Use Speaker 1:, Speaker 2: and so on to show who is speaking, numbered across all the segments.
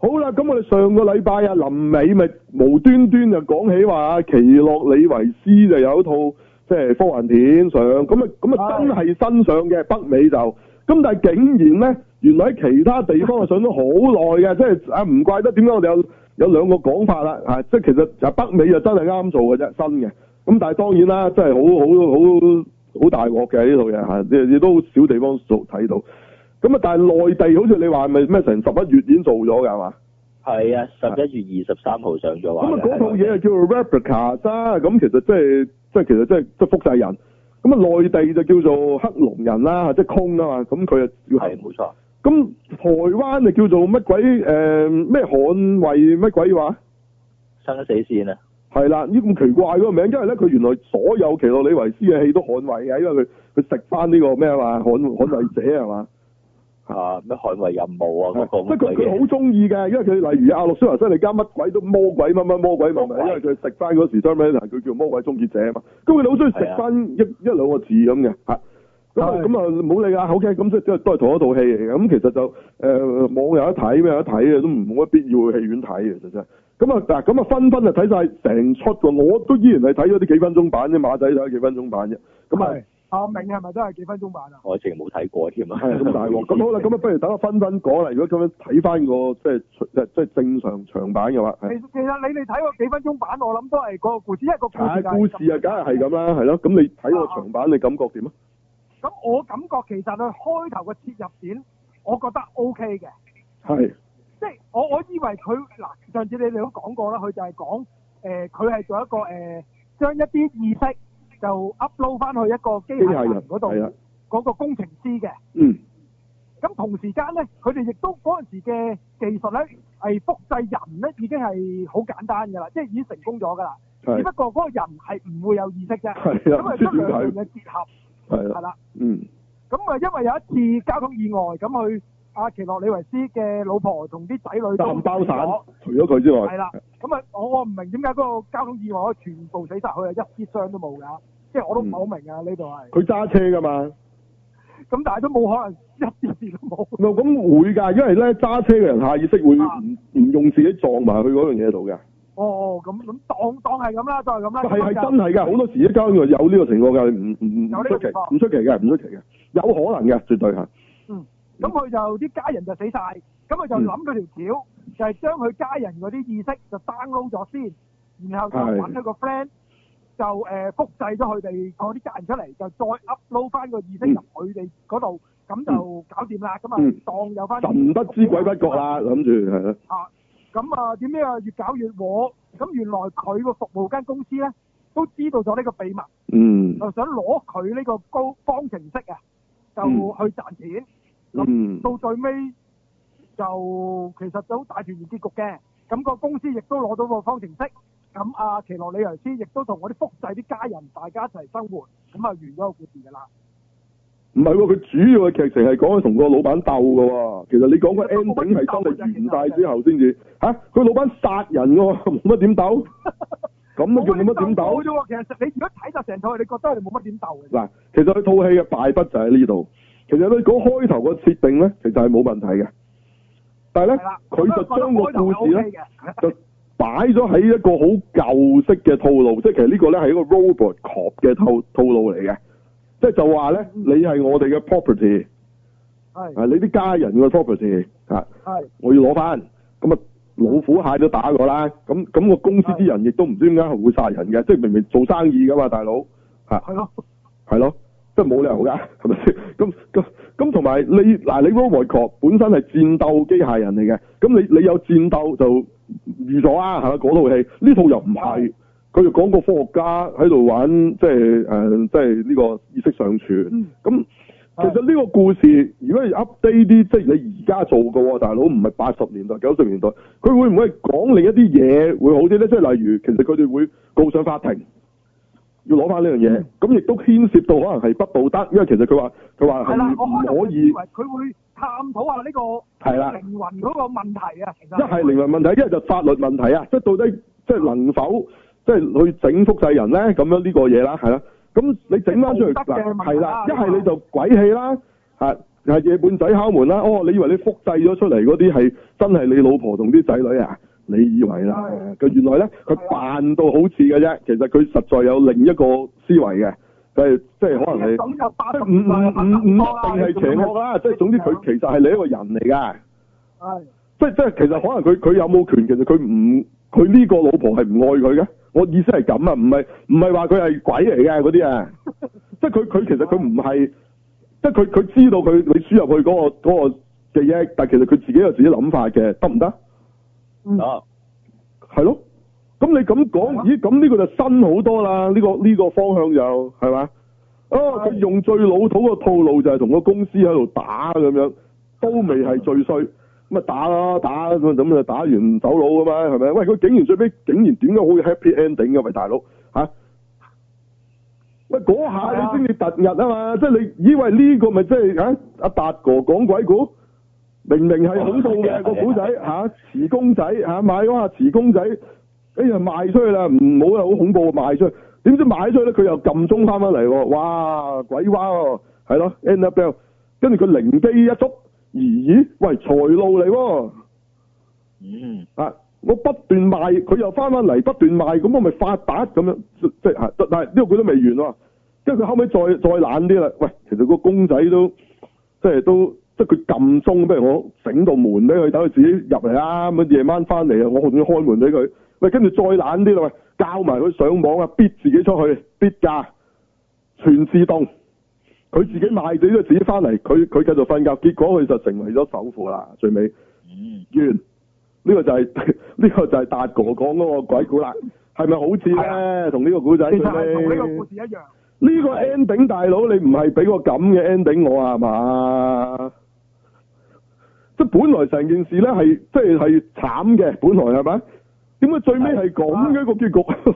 Speaker 1: 好啦，咁我哋上個禮拜啊，臨尾咪無端端就講起話啊奇洛里維斯就有一套即係科幻片上，咁啊咁啊真係新上嘅北美就，咁但係竟然咧，原來喺其他地方啊上咗好耐嘅，即係啊唔怪得點解我哋有有兩個講法啦，啊即係其實啊北美就真係啱做嘅啫，新嘅，咁但係當然啦，真係好好好好大鑊嘅呢套嘢嚇，即亦都好少地方做睇到。咁啊，但係內地好似你話係咪咩成十一月已經做咗㗎係嘛？
Speaker 2: 係啊，十一月二十三號上
Speaker 1: 咁
Speaker 2: 咗畫
Speaker 1: 啊，嗰
Speaker 2: 嘅。
Speaker 1: 套嘢就
Speaker 2: 係
Speaker 1: 叫做 Replica 啦。咁其實即係即係其實即係即係複製人。咁啊，內地就叫做黑龍人啦，即係空啊嘛。咁佢啊要
Speaker 2: 係冇錯，
Speaker 1: 咁台灣就叫做乜鬼誒咩、捍衞乜鬼話？
Speaker 2: 生死線啊，
Speaker 1: 係啦，呢咁奇怪嗰個名，因為咧佢原來所有奇洛里維斯嘅戲都捍衞嘅，因為佢佢食翻呢個咩啊嘛捍捍衞者係嘛？
Speaker 2: 啊咩捍衛任務啊
Speaker 1: 即
Speaker 2: 嗰個
Speaker 1: 係
Speaker 2: 咁
Speaker 1: 佢
Speaker 2: 鬼
Speaker 1: 佢好
Speaker 2: 嘢，
Speaker 1: 中意嘅，因為佢例如阿諾舒華辛力加乜鬼都魔鬼乜乜魔鬼乜
Speaker 2: 魔
Speaker 1: 乜，
Speaker 2: 鬼
Speaker 1: 因為佢食翻嗰時 t e r m i n 佢叫魔鬼終結者啊嘛，咁佢哋好中意食翻一一兩個字咁嘅嚇。咁啊
Speaker 3: 係
Speaker 1: 咁啊冇理啊，OK，咁即係都係同一套戲嚟嘅。咁其實就誒、呃、網有得睇咩有得睇啊嘅，都唔冇乜必要去戲院睇嘅其實真係。咁啊嗱，咁啊分分就睇晒成出喎，我都依然係睇咗啲幾分鐘版啫，馬仔睇咗幾分鐘版啫。咁啊
Speaker 3: 係。阿銘係咪都係幾分鐘版啊？
Speaker 2: 我直情冇睇過添啊。
Speaker 1: 係咁大 鑊。咁好啦，咁啊，不如等阿分分講啦。如果咁樣睇翻個即係即係即係正常長版嘅話，
Speaker 3: 其
Speaker 1: 係
Speaker 3: 其實你哋睇過幾分鐘版，我諗都係啊個故事，因為個故
Speaker 1: 啊
Speaker 3: 事
Speaker 1: 故事啊，梗係係咁啦，係咯。咁你睇個長版，你感覺點啊？
Speaker 3: 咁我感覺其實佢開頭嘅切入點，我覺得 O K 嘅，
Speaker 1: 係
Speaker 3: 即係我我以為佢嗱上次你哋都講過啦，佢就係講誒佢係做一個誒、呃、將一啲意識就 upload 翻去一個機
Speaker 1: 機
Speaker 3: 械
Speaker 1: 械
Speaker 3: 人
Speaker 1: 人
Speaker 3: 嗰
Speaker 1: 係啊
Speaker 3: 度，嗰個工程師嘅。
Speaker 1: 嗯
Speaker 3: 咁同時間咧，佢哋亦都嗰陣時嘅技術咧係複製人咧已經係好簡單㗎啦，即係已經成功咗㗎啦。只
Speaker 1: 係
Speaker 3: 不過嗰個人係唔會有意識啫，
Speaker 1: 係
Speaker 3: 咁
Speaker 1: 啊，
Speaker 3: 啊
Speaker 1: 唔知
Speaker 3: 出
Speaker 1: 點
Speaker 3: 兩樣
Speaker 1: 解
Speaker 3: 嘅結合
Speaker 1: 係
Speaker 3: 係
Speaker 1: 啦，
Speaker 3: 啦。
Speaker 1: 嗯
Speaker 3: 咁啊，因為有一次交通意外，咁佢阿奇洛李維斯嘅老婆同啲仔女都
Speaker 1: 擔包
Speaker 3: 死咗
Speaker 1: 散，除咗佢之
Speaker 3: 係
Speaker 1: 外，
Speaker 3: 啦。咁啊，我我唔明點解嗰個交通意外可以全部死晒，佢係一啲傷都冇㗎，即係我都唔係好明啊呢度係。
Speaker 1: 佢揸車㗎嘛。
Speaker 3: 咁但係都冇可能一啲事都冇。
Speaker 1: 唔係咁會㗎，因為咧揸車嘅人下意識會
Speaker 3: 啊
Speaker 1: 唔唔用自己撞埋去嗰樣嘢度嘅。
Speaker 3: 哦哦，咁咁當當係咁啦，當係咁啦。
Speaker 1: 係係
Speaker 3: 咁啊
Speaker 1: 真係㗎，好多時啲交通意外有呢個情況㗎，唔唔唔
Speaker 3: 有呢個
Speaker 1: 出奇
Speaker 3: 情況，
Speaker 1: 唔出奇嘅，唔出奇嘅，有可能嘅，絕對係。
Speaker 3: 咁佢就啲家人就死晒，咁佢就諗佢條橋，就係將佢家人嗰啲意識就 download 咗先，然後就揾佢個 friend 就誒、呃、複製咗佢哋嗰啲家人出嚟，就再 upload 翻個意識入佢哋嗰度，咁就搞掂啦。咁啊、
Speaker 1: 嗯
Speaker 3: 當有翻
Speaker 1: 神不知鬼不覺。啦，
Speaker 3: 哦
Speaker 1: 諗住係啦，
Speaker 3: 咁啊點知啊越搞越和，咁原來佢個服務間公司咧都知道咗呢個秘密，
Speaker 1: 嗯
Speaker 3: 就想攞佢呢個高方程式啊，就
Speaker 1: 嗯
Speaker 3: 去賺錢。
Speaker 1: 嗯
Speaker 3: 到最尾就其實都好大團圓結局嘅。咁、個公司亦都攞到個方程式，咁阿奇洛里維斯亦都同我啲複製啲家人大家一齊生活，咁啊完咗個故事㗎啦。
Speaker 1: 唔係喎，佢主要嘅劇情係講佢同個老闆鬥嘅喎。其實你講個
Speaker 3: 其實冇乜
Speaker 1: ending 係當
Speaker 3: 鬥嘅
Speaker 1: 你完
Speaker 3: 啫其實
Speaker 1: 晒之後先至吓，佢老闆殺人嘅喎， 冇乜點 鬥，咁啊都叫冇乜點
Speaker 3: 鬥
Speaker 1: 鬥
Speaker 3: 啫。喎，其實你如果睇晒成套，你覺得佢哋冇乜點鬥嘅。
Speaker 1: 嗱，其實佢套戲嘅敗筆就喺呢度。其實佢講開頭個設定咧，其實係冇問題嘅，但係咧
Speaker 3: 係啦，啊
Speaker 1: 佢就將個故事咧。
Speaker 3: 咧，
Speaker 1: 就擺咗喺一個好舊式嘅套路，即係其實呢個咧係一個 robot cop 嘅套套路嚟嘅，即係就話咧你係我哋嘅 property，
Speaker 3: 係
Speaker 1: 啊你啲家人嘅 property，啊
Speaker 3: 係
Speaker 1: 我要攞翻，咁啊老虎蟹都打過啦，咁咁個公司啲人亦都唔知點解係會殺人嘅，即係明明做生意噶嘛，大佬啊嚇
Speaker 3: 係咯，
Speaker 1: 係咯，即係冇理由㗎， 係咪先？咁咁咁同埋你嗱，你 robot cop 本身係戰鬥機械人嚟嘅，咁你你有戰鬥就預咗啊，係咪？嗰套戲呢套又唔係，佢就講個科學家喺度玩即係誒、呃即係呢個意識上傳。咁、
Speaker 3: 嗯
Speaker 1: 其實呢個故事，如果係 update 啲，即係你而家做嘅喎，大佬唔係八十年代、九十年代，佢會唔會係講另一啲嘢會好啲咧？即係例如，其實佢哋會告上法庭。要攞翻呢樣嘢，咁亦都牽涉到可能係不道德，因為其實佢話佢話
Speaker 3: 係啦。我
Speaker 1: 係
Speaker 3: 開頭
Speaker 1: 啊唔
Speaker 3: 就
Speaker 1: 可
Speaker 3: 以
Speaker 1: 以
Speaker 3: 為佢會探討下呢個
Speaker 1: 係啦
Speaker 3: 靈魂嗰個問題啊，其實
Speaker 1: 一係靈魂問題，一係就法律問題啊！即係到底即係能否即係去整複製人咧？咁樣呢個嘢啦，係啦。咁你整翻出嚟
Speaker 3: 道德嘅問題
Speaker 1: 嗱，係啦，
Speaker 3: 啦
Speaker 1: 一
Speaker 3: 呢個
Speaker 1: 係你就鬼氣啦，嚇係夜半仔敲門啦。哦，你以為你複製咗出嚟嗰啲係真係你老婆同啲仔女啊？你以為啦，佢原來咧佢扮到好似嘅啫，其實佢實在有另一個思維嘅，佢係即係可能係。
Speaker 3: 咁就八
Speaker 1: 即
Speaker 3: 十
Speaker 1: 係唔唔唔唔唔一定係邪惡啦，即係總之
Speaker 3: 啊
Speaker 1: 佢其實係你一個人嚟㗎，
Speaker 3: 係
Speaker 1: 即係即係其實可能佢佢有冇權，其實佢唔佢呢個老婆係唔愛佢嘅，我意思係咁啊，唔係唔係話佢係鬼嚟嘅嗰啲啊，即係佢佢其實佢唔係，即係佢佢知道佢你輸入去嗰、個嗰、個嘅嘢，但係其實佢自己有自己諗法嘅，得唔得？
Speaker 3: 嗯
Speaker 1: 啊
Speaker 2: 哦，
Speaker 1: 係咯，咁你咁講，咦？咁呢個就新好多啦，呢、個呢、個方向又係嘛？哦，
Speaker 3: 係
Speaker 1: 佢用最老土個套路就係同個公司喺度打咁樣，都未係最衰，咁啊打啦打咁咁啊就打完走佬噶嘛，係咪？喂，佢竟然最尾竟然點解好似 happy ending 嘅？喂，大佬吓！喂，嗰
Speaker 3: 係啊
Speaker 1: 下你先至突兀啊嘛，即係你以為呢個咪即係啊阿達哥講鬼故？明明係恐怖嘅個古仔嚇，慈公仔嚇、買嗰下慈公仔，哎呀賣出去啦，唔好啦，好恐怖賣出去。點知賣出去咧，佢又撳鐘翻返嚟喎，哇鬼娃喎、係咯 e n d up bell，跟住佢靈機一觸，咦咦，喂財路嚟喎，
Speaker 2: 嗯，
Speaker 1: 啊我不斷賣，佢又翻返嚟不斷賣，咁我咪發達咁樣，即即係啊但係呢個佢都未完喎，跟住佢後尾再再懶啲啦，喂，其實個公仔都即係都即係佢撳鐘，不如我整到門俾佢，等佢自己入嚟啦。咁夜晚翻嚟啊，我仲要開門俾佢。喂，跟住再懶啲啦，喂，教埋佢上網啊，逼自己出去，逼價，全自動，佢自己賣咗都自己翻嚟，佢佢繼續瞓覺，結果佢就成為咗首富啦，最尾。
Speaker 2: 嗯，
Speaker 1: 完，呢、個就係 呢、個就係達哥講嗰個鬼故啦，係咪好似
Speaker 3: 係啊
Speaker 1: 咧？同呢個古仔
Speaker 3: 其
Speaker 1: 最
Speaker 3: 實係同呢個
Speaker 1: 尾
Speaker 3: 故事一樣。
Speaker 1: 呢個 ending 大佬，你唔係俾個咁嘅 ending 我啊係嘛？即係本來成件事咧係即係係慘嘅，本來係咪？點解最尾係
Speaker 3: 啊
Speaker 1: 咁嘅一個結局？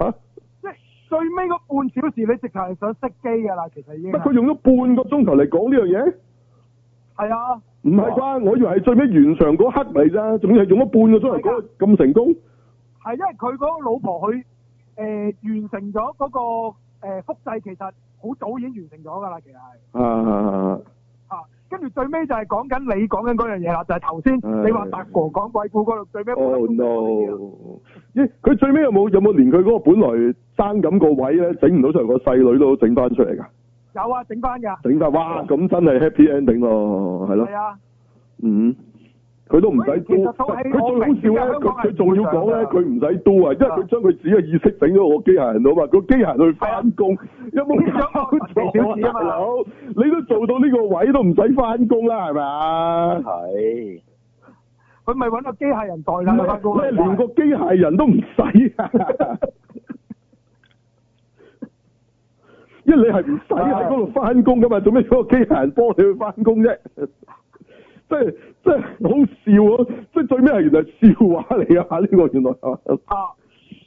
Speaker 1: 嚇、
Speaker 3: 即係最尾嗰半小時，你直頭係想熄機㗎啦，其實已經
Speaker 1: 乜佢
Speaker 3: 係。
Speaker 1: 用咗半個鐘頭嚟講呢樣嘢？
Speaker 3: 係啊，
Speaker 1: 唔係啩？我以為係最尾完場嗰刻嚟咋，仲要係用咗半個鐘嚟講
Speaker 3: 啊
Speaker 1: 得咁成功？
Speaker 3: 係因為佢嗰個老婆佢誒、呃完成咗嗰、個誒、呃、複製，其實好早已經完成咗㗎啦，其實係。
Speaker 1: 啊！
Speaker 3: 啊，跟住最尾就係講緊你講緊嗰樣嘢啦，就係頭先
Speaker 1: 唉
Speaker 3: 你話達哥講鬼故嗰度最尾。
Speaker 1: Oh no！咦，佢最尾有冇有冇連佢嗰個本來生咁個位咧，整唔到出嚟個細女都整翻出嚟㗎？
Speaker 3: 有啊，整翻㗎。
Speaker 1: 整翻，哇！咁真係 happy ending 咯，係咯
Speaker 3: 啊係，啊，
Speaker 1: 嗯，佢都唔使
Speaker 3: 所以
Speaker 1: 嘟，
Speaker 3: 其實套戲
Speaker 1: 佢最好笑咧，
Speaker 3: 我明點解香港
Speaker 1: 佢
Speaker 3: 係
Speaker 1: 佢仲要講咧，
Speaker 3: 唔
Speaker 1: 佢唔使嘟啊，因為佢將佢自己嘅意識整咗個機械人度嘛，個機械人去翻工，
Speaker 3: 啊
Speaker 1: 有冇搞
Speaker 3: 小子
Speaker 1: 錯
Speaker 3: 啊
Speaker 1: 啊，
Speaker 3: 嘛
Speaker 1: 大佬？你都做到呢個位都唔使翻工啦，係咪啊？
Speaker 2: 係，
Speaker 3: 佢咪揾個機械人代
Speaker 1: 唔
Speaker 3: 替翻
Speaker 1: 係，
Speaker 3: 嗰個。
Speaker 1: 你連個機械人都唔使 啊！因為你係唔使
Speaker 3: 啊
Speaker 1: 喺嗰度翻工噶嘛，做咩嗰個機械人幫你去翻工啫？ 即係即係好笑啊！即係最尾係原來笑話嚟啊！呢、個原來係嘛
Speaker 3: 啊，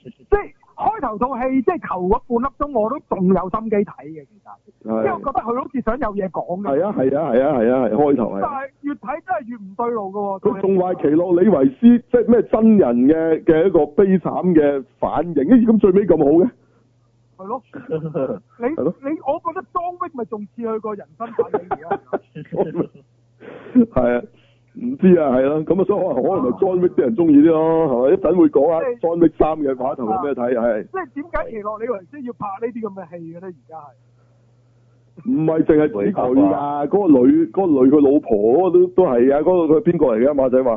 Speaker 3: 即係開頭套戲，即係頭嗰半粒鐘我都仲有心機睇嘅，其實， 因為我覺得佢好似想有嘢講嘅。
Speaker 1: 係啊係啊係啊係啊係開頭
Speaker 3: 但
Speaker 1: 係。
Speaker 3: 係越睇真係越唔對路嘅喎。
Speaker 1: 佢仲話
Speaker 3: 話
Speaker 1: 奇洛李維斯即係咩真人嘅嘅一個悲慘嘅反應，咦咁最尾咁好嘅？
Speaker 3: 係咯， 你
Speaker 1: 係咯
Speaker 3: 你我覺得裝逼咪仲似佢個人
Speaker 1: 啊
Speaker 3: 生反應而家。
Speaker 1: 係啊，唔知啊，係咯，咁啊，所以可能可能咪 John Wick 啲人中意啲咯，係咪？一陣會講下
Speaker 3: 哦即係
Speaker 1: John Wick 三嘅話頭有咩睇，係
Speaker 3: 即係點解奇洛李維斯要拍呢啲咁嘅戲嘅咧？而家係
Speaker 1: 唔係淨係指佢
Speaker 3: 啊
Speaker 1: 㗎？嗰個女嗰個女佢老婆都都係啊，嗰個佢邊個嚟嘅？馬仔話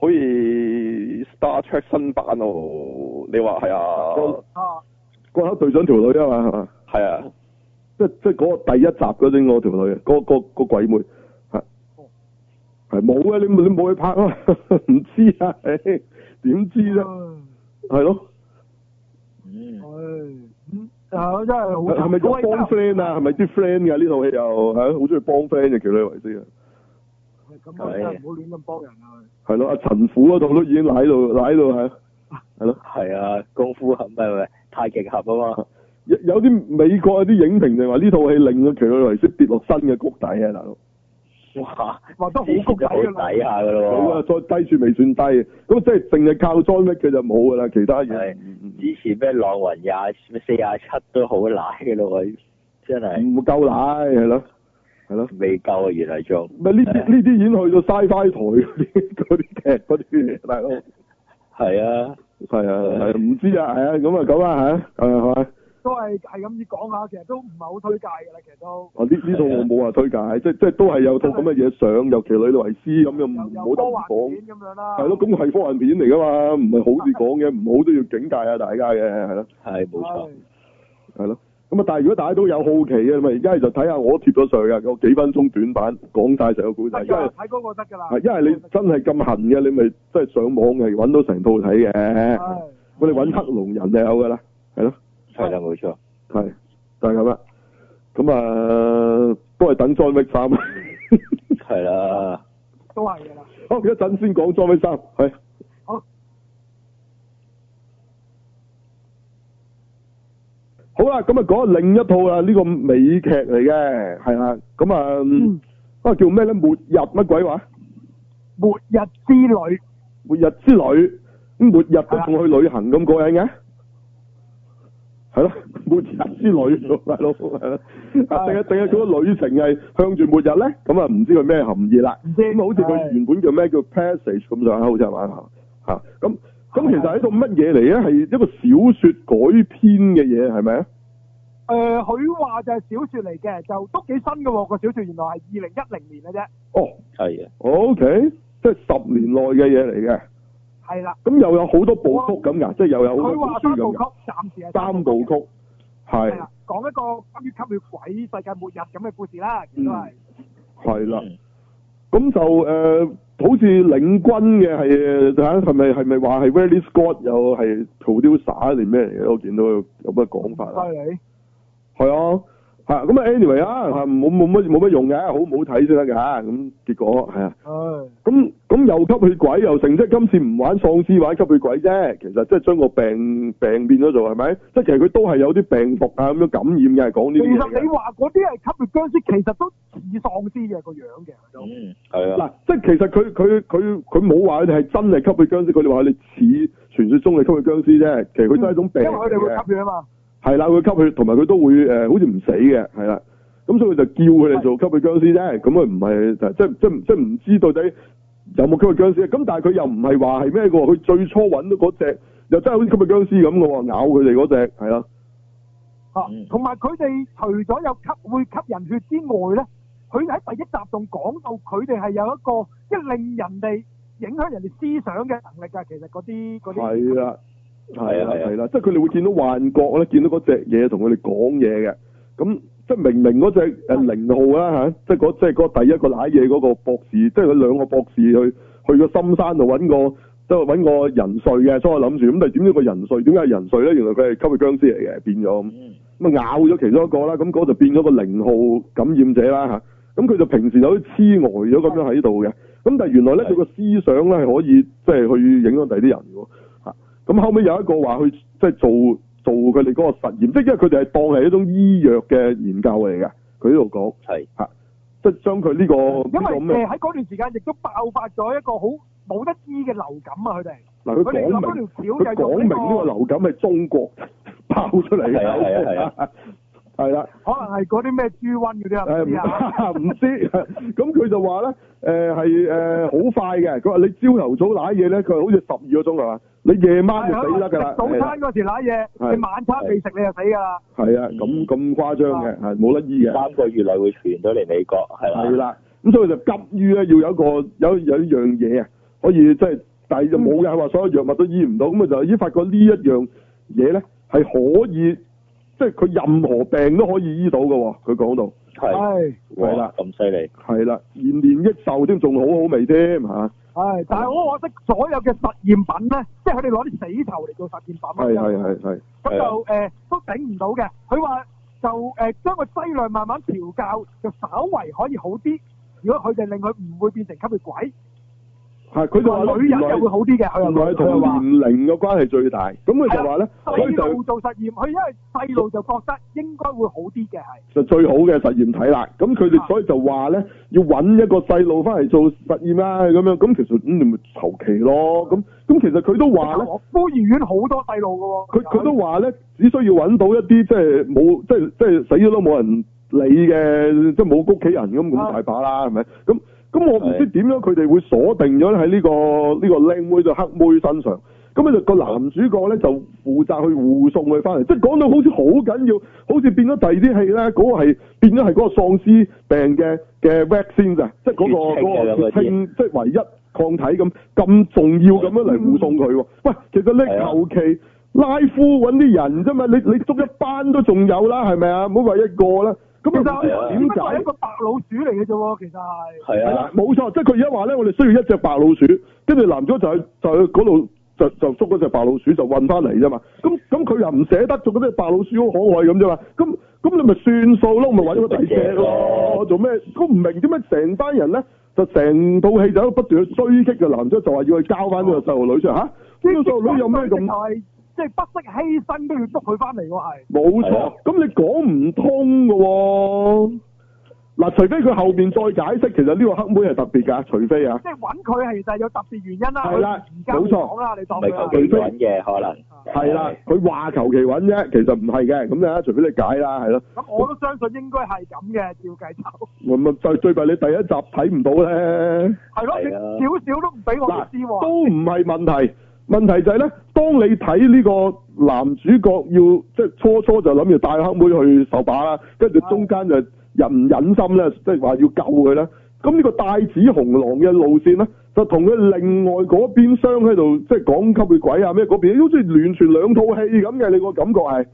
Speaker 4: 好似 Star Trek 新版哦，你話係啊？
Speaker 3: 啊，
Speaker 1: 嗰黑隊長條女啊嘛，係嘛？
Speaker 4: 係啊，
Speaker 1: 即即嗰個第一集嗰陣嗰條女，啊嗰、個、個鬼妹係係冇啊！你冇你冇去拍啊？唔知啊，唉點知啫？係咯，
Speaker 2: 嗯，
Speaker 3: 唉，嗯，係真係好
Speaker 1: 係咪
Speaker 3: 慘。
Speaker 1: 幫 friend à? 啊？係咪啲 friend 㗎？呢套戲又係好中意幫 friend 嘅喬女維斯啊！
Speaker 3: 咁啊，真係唔好亂咁幫人啊！
Speaker 1: 係咯，阿陳虎嗰度都已經奶到奶到係，係咯，
Speaker 2: 係啊，功夫俠咪咪太極俠啊嘛，
Speaker 1: 有有啲美國有啲影評就話呢套戲令到奇洛維斯跌落新嘅谷底啊，大
Speaker 3: 哦
Speaker 1: 佬。
Speaker 2: 哇，
Speaker 3: 話得好
Speaker 2: 之前
Speaker 3: 谷
Speaker 2: 就
Speaker 3: 底
Speaker 2: 好
Speaker 3: 㗎啦
Speaker 2: 抵。下噶
Speaker 1: 佢
Speaker 2: 咯
Speaker 1: 啊，再低處未算低，咁即係淨係靠 John Wick 佢就冇㗎啦，其他
Speaker 2: 喎，係
Speaker 1: 嘢。嗯嗯
Speaker 2: 之前咩浪雲
Speaker 1: 嗯
Speaker 2: 廿咩四廿七都好奶嘅咯喎，真係
Speaker 1: 唔夠奶係咯，係咯。
Speaker 2: 未夠啊，原來仲
Speaker 1: 咪呢啲呢啲已經去到 Sci-Fi 台嗰啲嗰啲劇嗰啲嘢，大佬
Speaker 2: 係啊，
Speaker 1: 係啊係啊，唔知啊係啊，咁啊咁啊嚇，係啊係啊，
Speaker 3: 都係係咁樣講下，其實都唔係好推介㗎啦，其實都
Speaker 1: 我啊呢呢套我冇話推介，即即都係有套咁嘅嘢上，尤其女女維斯咁又唔
Speaker 3: 有有
Speaker 1: 冇得
Speaker 3: 科
Speaker 1: 唔
Speaker 3: 幻
Speaker 1: 講。
Speaker 3: 片咁啊樣啦。
Speaker 1: 係咯，咁係科幻片嚟噶嘛，唔係好似講嘅，唔好都要警戒下大家嘅，係咯，
Speaker 2: 係冇錯，
Speaker 3: 係
Speaker 1: 係咯。咁啊，但係如果大家都有好奇嘅，咪而家就睇下我貼咗上嘅，有幾分鐘短版講晒成個故仔，
Speaker 3: 得
Speaker 1: 因為
Speaker 3: 㗎，睇嗰個得㗎啦。
Speaker 1: 係因為你真係咁痕嘅，你咪真係上網係揾到成套睇嘅。
Speaker 3: 係啊
Speaker 1: 我哋揾黑龍人就有噶啦，係咯，
Speaker 2: 係啦冇錯，
Speaker 1: 係就係咁啦。咁啊，都係等 John Wick 三。啊
Speaker 2: 係啦，
Speaker 3: 都係㗎啦。
Speaker 1: 好，一陣先講 John Wick 三，係。
Speaker 3: 好，
Speaker 1: 好啦，咁啊講下另一套啦，呢、個美劇嚟嘅，係啦，咁啊，
Speaker 3: 嗯
Speaker 1: 啊叫咩咧？末日乜鬼話？
Speaker 3: 末日之旅
Speaker 1: 末日之旅，咁末日
Speaker 3: 係
Speaker 1: 都
Speaker 3: 啦
Speaker 1: 仲去旅行咁過癮嘅，係咯，末日之旅，大佬，係咯，啊定係定係佢個旅程係向住末日咧？咁啊唔知佢咩含義啦。
Speaker 3: 唔知
Speaker 1: 咁好似佢
Speaker 3: 係
Speaker 1: 原本叫咩叫 Passage 咁上下，好似係嘛嚇咁咁
Speaker 3: 係
Speaker 1: 其實係一套乜嘢嚟咧？係一個小說改編嘅嘢係咪啊？
Speaker 3: 誒，佢話就係小説嚟嘅，就都幾新嘅喎。個小説原來係二零一零年嘅啫，
Speaker 1: 哦
Speaker 2: 係啊，
Speaker 1: ，OK，即係十年內嘅嘢嚟嘅。
Speaker 3: 係啦。
Speaker 1: 咁又有好多部曲咁噶，即係又有好
Speaker 3: 哦佢
Speaker 1: 多
Speaker 3: 話
Speaker 1: 本書
Speaker 3: 三
Speaker 1: 咁噶，，
Speaker 3: 部曲暫時係
Speaker 1: 三部
Speaker 3: 曲。
Speaker 1: 曲係
Speaker 3: 係啊啦，講一個關於吸血鬼世界末日咁嘅故事啦，其實都係
Speaker 1: 係啦。
Speaker 2: 嗯
Speaker 1: 咁就誒、呃好似領軍嘅係嚇，係咪係咪話係 Ridley Scott 又係 producer 定咩嚟嘅？我見到有有乜講法啊？
Speaker 3: 犀利。
Speaker 1: 係啊，係咁啊，anyway 啊，嚇冇冇乜冇乜用嘅，好唔好睇先得㗎。咁結果係啊，
Speaker 3: 唉，
Speaker 1: 咁咁又吸血鬼又成，即係今次唔玩喪屍玩吸血鬼啫。其實即係將個病病變咗做係咪？即係其實佢都係有啲病毒啊咁樣感染嘅，係講
Speaker 3: 其
Speaker 1: 呢啲嘢
Speaker 3: 實
Speaker 1: 嘅
Speaker 3: 你。話嗰啲係吸血僵屍，其實都似喪屍嘅個樣嘅，都
Speaker 2: 嗯係
Speaker 1: 嗱
Speaker 2: 啊，，
Speaker 1: 即係其實佢佢佢佢冇話佢哋係真係吸血僵屍，佢哋話佢哋似傳説中嘅吸血僵屍啫。其實佢都係一種病
Speaker 3: 因為
Speaker 1: 嚟
Speaker 3: 佢哋
Speaker 1: 嘅
Speaker 3: 會，吸血啊嘛。
Speaker 1: 係啦，佢吸血同埋佢都會誒、呃好似唔死嘅，係啦。咁所以佢就叫佢哋做吸血僵屍啫。咁佢唔係就即即即唔知到底有冇吸血僵屍。啊咁但係佢又唔係話係咩嘅喎？佢最初揾到嗰只又真係好似吸血僵屍咁嘅喎，咬佢哋嗰只係啦。
Speaker 3: 啊
Speaker 2: 嗯，
Speaker 3: 同埋佢哋除咗有吸會吸人血之外咧，佢喺第一集仲講到佢哋係有一個即係令人哋影響人哋思想嘅能力㗎。其實嗰啲嗰啲
Speaker 1: 係啦，係
Speaker 2: 係
Speaker 1: 啦
Speaker 2: 啊，係啊
Speaker 1: 係啦，即係佢哋會見到幻覺咧，見到嗰隻嘢同佢哋講嘢嘅。咁即係明明嗰隻誒零號啦嚇，即係嗰即係嗰第一個攋嘢嗰個博士，即係佢兩個博士去去個深山度揾個即係揾個人瑞嘅，所以我諗住咁，但係點知個人瑞點解係人瑞咧？原來佢係吸血僵屍嚟嘅，變咗咁。
Speaker 2: 嗯
Speaker 1: 咁啊咬咗其中一個啦，咁嗰就變咗個零號感染者啦嚇。咁佢就平時有啲痴呆咗咁樣喺度嘅，咁但係原來咧
Speaker 2: 係
Speaker 1: 佢個思想咧係可以即係去影響第啲人嘅喎嚇。咁後尾有一個話去即係做做佢哋嗰個實驗，即係因為佢哋係當係一種醫藥嘅研究嚟嘅，佢呢度講
Speaker 2: 係
Speaker 1: 嚇，即係將佢呢個
Speaker 3: 因
Speaker 1: 呢個
Speaker 3: 為
Speaker 1: 咩
Speaker 3: 誒喺嗰段時間亦都爆發咗一個好冇得醫嘅流感啊！佢哋
Speaker 1: 嗱佢講
Speaker 3: 呃佢哋諗嗰
Speaker 1: 明
Speaker 3: 條
Speaker 1: 佢
Speaker 3: 橋就
Speaker 1: 講
Speaker 3: 用
Speaker 1: 明
Speaker 3: 呢
Speaker 1: 呢個
Speaker 3: 個
Speaker 1: 流感係中國爆出嚟嘅，
Speaker 2: 係啊係啊係
Speaker 1: 係啦。
Speaker 3: 可能係嗰啲咩豬瘟嗰啲啊，
Speaker 1: 誒
Speaker 3: 唔知啊。
Speaker 1: 唔唔知， 咁佢就話咧，誒係誒好快嘅。佢話你朝頭早攋嘢咧，佢話好似十二個鐘係嘛？你夜晚 就死得㗎啦。
Speaker 3: 早
Speaker 1: 係啦
Speaker 3: 餐嗰時揦嘢，
Speaker 1: 係
Speaker 3: 你晚餐未食你就死㗎啦。
Speaker 1: 係啊，
Speaker 3: 嗯
Speaker 1: 咁咁誇張
Speaker 3: 啊
Speaker 1: 嘅，係冇得醫嘅。
Speaker 2: 三個月內會傳到嚟美國，係啦，
Speaker 1: 係，啦，咁所以就急於咧要有一個有有一樣嘢啊，可以即係，但係就冇嘅，話所有藥物都醫唔到，咁啊就已經發覺呢一樣嘢咧係可以，即係佢任何病都可以醫到嘅喎。佢講到
Speaker 2: 係，
Speaker 3: 係
Speaker 2: 哇
Speaker 1: 係啦
Speaker 2: 咁犀利，
Speaker 1: 係啦，延年益壽添，仲好好味添嚇。
Speaker 3: 係，但係我覺得所有嘅實驗品咧，即係佢哋攞啲死囚嚟做實驗品啊。
Speaker 1: 係係係係。
Speaker 3: 咁就誒都頂唔到嘅。佢話就誒將個劑量慢慢調校，就稍為可以好啲。如果佢哋令佢唔會變成吸血鬼，
Speaker 1: 係佢就話咧
Speaker 3: 女人就會好啲嘅。佢
Speaker 1: 原來係
Speaker 3: 又佢又話啊
Speaker 1: 同年齡嘅關係最大。咁佢就話咧，佢
Speaker 3: 細
Speaker 1: 就
Speaker 3: 路做實驗，佢因為細路就覺得應該會好啲嘅係。
Speaker 1: 就最好嘅實驗體啦。咁佢哋
Speaker 3: 啊
Speaker 1: 所以就話咧，要揾一個細路翻嚟做實驗啦。咁樣咁其實咁你咪求其咯。咁咁其實佢都話咧，
Speaker 3: 我孤兒院好多細路嘅喎。
Speaker 1: 佢佢都話咧，只需要揾到一啲即係冇即係即係死咗都冇人你嘅，即係冇屋企人咁咁
Speaker 3: 啊
Speaker 1: 大把啦，係咪？咁咁我唔
Speaker 2: 係
Speaker 1: 知點樣佢哋會鎖定咗喺呢個呢個靚妹對黑妹身上。咁咧就個男主角咧就負責去護送佢翻嚟，即係講到好似好緊要，好似變咗第二啲戲咧，嗰、個係變咗係嗰個喪屍病嘅嘅 vaccine 咋，即係嗰、個
Speaker 2: 血清嘅
Speaker 1: 嗰、個
Speaker 2: 嗰
Speaker 1: 血
Speaker 2: 啲
Speaker 1: 清即係唯一抗體咁咁重要咁樣嚟護送佢喎。喂，其實
Speaker 2: 係
Speaker 1: 咧
Speaker 2: 啊
Speaker 1: 求其拉夫揾啲人啫嘛，你你捉一班都仲有啦，係咪啊？唔好話一個啦。咁啊，
Speaker 2: 係啊
Speaker 1: 點
Speaker 3: 點解係一
Speaker 1: 解？
Speaker 3: 個白老鼠嚟嘅啫喎，其實係。
Speaker 2: 係
Speaker 1: 係啦
Speaker 2: 啊，，
Speaker 1: 冇錯，即係佢而家話咧，我哋需要一隻白老鼠，跟住男主角就去就去嗰度就就捉嗰隻白老鼠就運翻嚟啫嘛。咁咁佢又唔捨得，做嗰隻白老鼠好可愛咁啫嘛。咁咁你咪算數咯，我咪揾咗第二隻咯，做咩？我唔明點解成班人咧就成套戲就喺度不斷去追擊嘅男主角，就話要去交翻呢個細路女出嚟嚇。呢個細路女有咩
Speaker 3: 就
Speaker 1: 咁？
Speaker 3: 係即係不惜犧牲都要捉佢翻嚟喎，係。
Speaker 1: 冇
Speaker 2: 係啊
Speaker 1: 錯，咁你講唔通嘅喎。嗱，除非佢後面再解釋，其實呢個黑妹係特別㗎，除非啊。
Speaker 3: 即係揾佢係就係有特別原因啦。
Speaker 1: 係啦
Speaker 3: 佢而家唔講啦，你
Speaker 2: 唔
Speaker 3: 當
Speaker 2: 係
Speaker 3: 佢
Speaker 2: 求
Speaker 3: 係
Speaker 2: 其揾嘅可能。
Speaker 1: 係啦，佢話求其揾啫，其實唔係嘅，咁咧除非你解啦，係咯，
Speaker 3: 咁，我都相信應該係咁嘅，照計 就
Speaker 1: 咁咪最最弊你第一集睇唔到咧，
Speaker 3: 係咯，
Speaker 2: 係啊
Speaker 3: 你少少都唔俾我哋知
Speaker 1: 嗱
Speaker 3: 喎。
Speaker 1: 都唔係問題，問題就係咧，當你睇呢個男主角要即係初初就諗住帶黑妹去受把啦，跟住中間就忍唔忍心咧，即係話要救佢咧，咁呢個帶子紅狼嘅路線咧，就同佢另外嗰邊廂喺度即係講吸血鬼啊咩嗰邊，好似完全兩套戲咁嘅，你個感覺係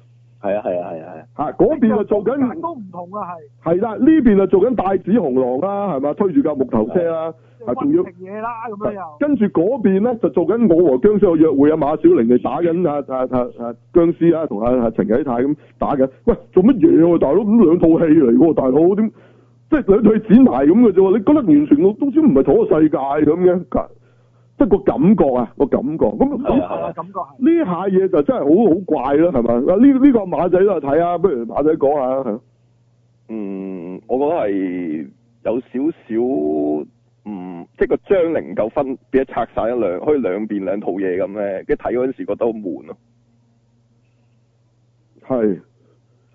Speaker 2: 係啊，係啊，係啊，係啊，
Speaker 1: 嚇嗰邊就做緊。
Speaker 3: 都唔同啦，係
Speaker 1: 係啦，呢邊啊做緊帶子紅狼啦，係嘛，推住架木頭車啦，
Speaker 3: 即
Speaker 1: 啊
Speaker 3: 係
Speaker 1: 仲要
Speaker 3: 溫情嘢啦，咁樣又
Speaker 1: 跟住嗰邊咧就做緊我和僵屍嘅約會啊，馬小玲嚟打緊啊啊啊啊僵屍啊，同啊啊陳啟泰咁打緊。喂，做乜嘢喎，大佬？咁兩套戲嚟喎，大佬點？即係兩套戲剪埋咁嘅啫喎，你覺得完全我都知唔係同一個世界咁嘅，即係個感覺啊，個感覺咁
Speaker 2: 係啊
Speaker 3: 係啦，感覺係。
Speaker 1: 呢下嘢就真係好好怪啦，係咪？啊呢呢個馬仔都係睇下，不如馬仔講下啊係咯
Speaker 4: 嗯，我覺得係有少少唔，即係個張力唔夠分，變咗拆晒一兩，可以兩邊兩套嘢咁咧，跟住睇嗰陣時覺得好悶咯。
Speaker 1: 係。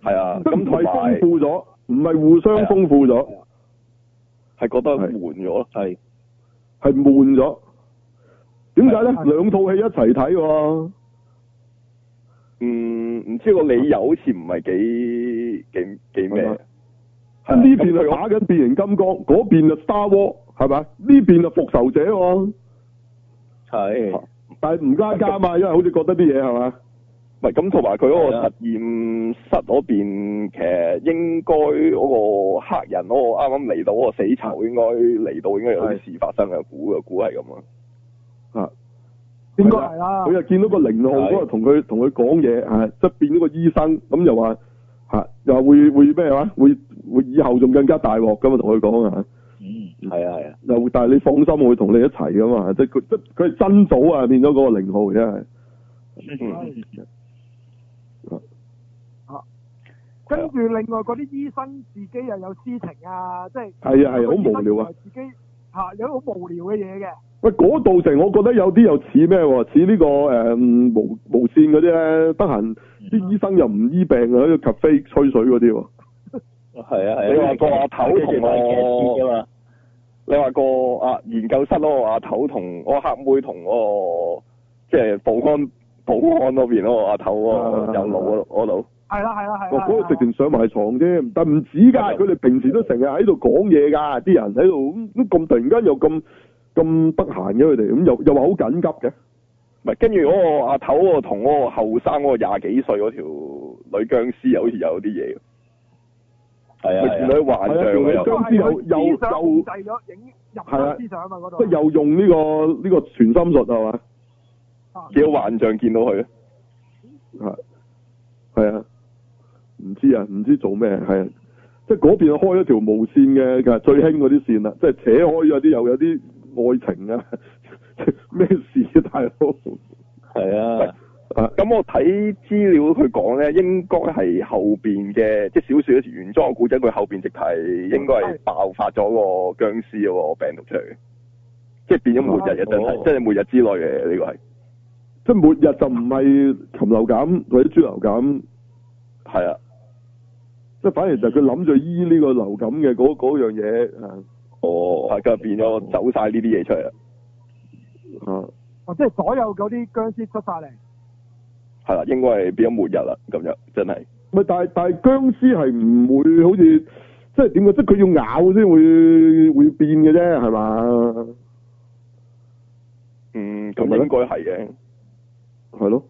Speaker 4: 係啊，
Speaker 1: 咁
Speaker 4: 咁
Speaker 1: 唔係
Speaker 4: 同埋
Speaker 1: 豐富咗，唔係互相豐富咗，
Speaker 4: 係覺得
Speaker 1: 係
Speaker 4: 悶咗咯。
Speaker 2: 係
Speaker 1: 係悶咗。點解咧？
Speaker 3: 係
Speaker 1: 兩套戲一齊睇喎，
Speaker 4: 嗯，唔知個理由好似唔係幾幾幾咩？
Speaker 1: 係即
Speaker 4: 係
Speaker 1: 係呢邊
Speaker 4: 咁佢
Speaker 1: 就打緊變形金剛，嗰邊就 Star War，係咪？呢邊就復仇者喎，
Speaker 2: 係
Speaker 1: 但係唔加加嘛，因為好似覺得啲嘢係嘛？
Speaker 4: 唔係咁，同埋佢嗰
Speaker 2: 係
Speaker 4: 個
Speaker 2: 啊
Speaker 4: 實驗室嗰邊，其實應該嗰個黑人嗰個啱啱嚟到嗰個死囚，應該嚟到應該有啲事發生嘅，估嘅估係咁啊。
Speaker 1: 啊，
Speaker 3: 應該係啦
Speaker 1: 佢又見到個零號嗰個
Speaker 2: 係
Speaker 1: 同佢同佢講嘢，啊係即係變咗個醫生，咁又話嚇，又話會會咩話？會會以後仲更加大鑊咁啊！同佢講啊。
Speaker 2: 嗯，係啊，係啊，
Speaker 1: 又但係你放心，我會同你一齊噶嘛，即係佢即係佢係真組啊，變咗嗰個零號而家係。啊
Speaker 3: 啊跟住另外嗰啲醫生自己又有私情啊，即係
Speaker 1: 係啊係啊好無聊啊！
Speaker 3: 自己嚇有啲好無聊嘅嘢嘅，
Speaker 1: 喂，嗰度成我覺得有啲又似咩喎？似呢、個誒、嗯無無線嗰啲咧，得閒
Speaker 3: 嗯
Speaker 1: 啲醫生又唔醫病啊，喺個 cafe 吹水嗰啲喎。
Speaker 2: 係啊，係啊。
Speaker 4: 你話個阿頭同我
Speaker 2: 嘅嘛？
Speaker 4: 你話個啊研究室嗰個阿頭同嗰個黑妹同嗰個即係保安保安嗰邊嗰個阿頭嗰
Speaker 2: 啊
Speaker 4: 個有腦嗰嗰度，
Speaker 3: 係啦係啦啊係啊
Speaker 1: 哇！
Speaker 3: 啦。
Speaker 1: 哦嗰個直情上埋床啫，但唔止㗎，佢哋平時都成日喺度講嘢㗎，啲人喺度咁咁咁突然間又咁咁得閒嘅佢哋，咁又又話好緊急嘅。
Speaker 3: 哦
Speaker 4: 唔係跟住嗰個阿頭嗰個同嗰個後生嗰個廿幾歲嗰條女僵屍又好似有啲嘢，
Speaker 2: 係啊，
Speaker 4: 佢
Speaker 2: 係
Speaker 4: 住
Speaker 2: 啊，
Speaker 4: 佢
Speaker 1: 係啊
Speaker 4: 幻象嘅
Speaker 1: 條女
Speaker 4: 又
Speaker 1: 僵
Speaker 3: 嗰個係佢思想控制咗影入
Speaker 1: 係啊
Speaker 3: 咗思想啊嘛嗰度
Speaker 1: 即。係又用呢、個呢、個全心術係嘛？
Speaker 3: 啊
Speaker 4: 幾好幻象見到佢，啊
Speaker 1: 係係啊，唔知啊，唔知做咩，係啊，即係嗰邊開咗條無線嘅，其實最興嗰啲線啦，即係扯開咗啲又有啲愛情啊， 咩事啊，大佬
Speaker 2: 係啊，
Speaker 1: 啊，
Speaker 4: 咁我睇資料佢講咧，應該係後邊嘅即係小説嗰時原裝嘅古仔，佢後邊直係應該係爆發咗個僵屍嗰個病毒出嚟嘅，即係變咗末日嘅真係，
Speaker 2: 哦
Speaker 4: 即係末日之類嘅呢個係
Speaker 1: 即係末日就唔係禽流感或者豬流感，
Speaker 4: 係啊，
Speaker 1: 即係反而就佢諗住醫呢個流感嘅嗰嗰樣嘢啊
Speaker 2: 哦，
Speaker 4: 係咁變咗走晒呢啲嘢出嚟啦，
Speaker 1: 啊，
Speaker 3: 或哦者係所有嗰啲僵屍出晒嚟，
Speaker 4: 係啦，應該係變咗末日啦，咁樣真係
Speaker 1: 咪但係但係僵屍係唔會好似即係點講，即係佢要咬先會會變嘅啫，係嘛？
Speaker 4: 嗯，咁應該係嘅，
Speaker 1: 係咯，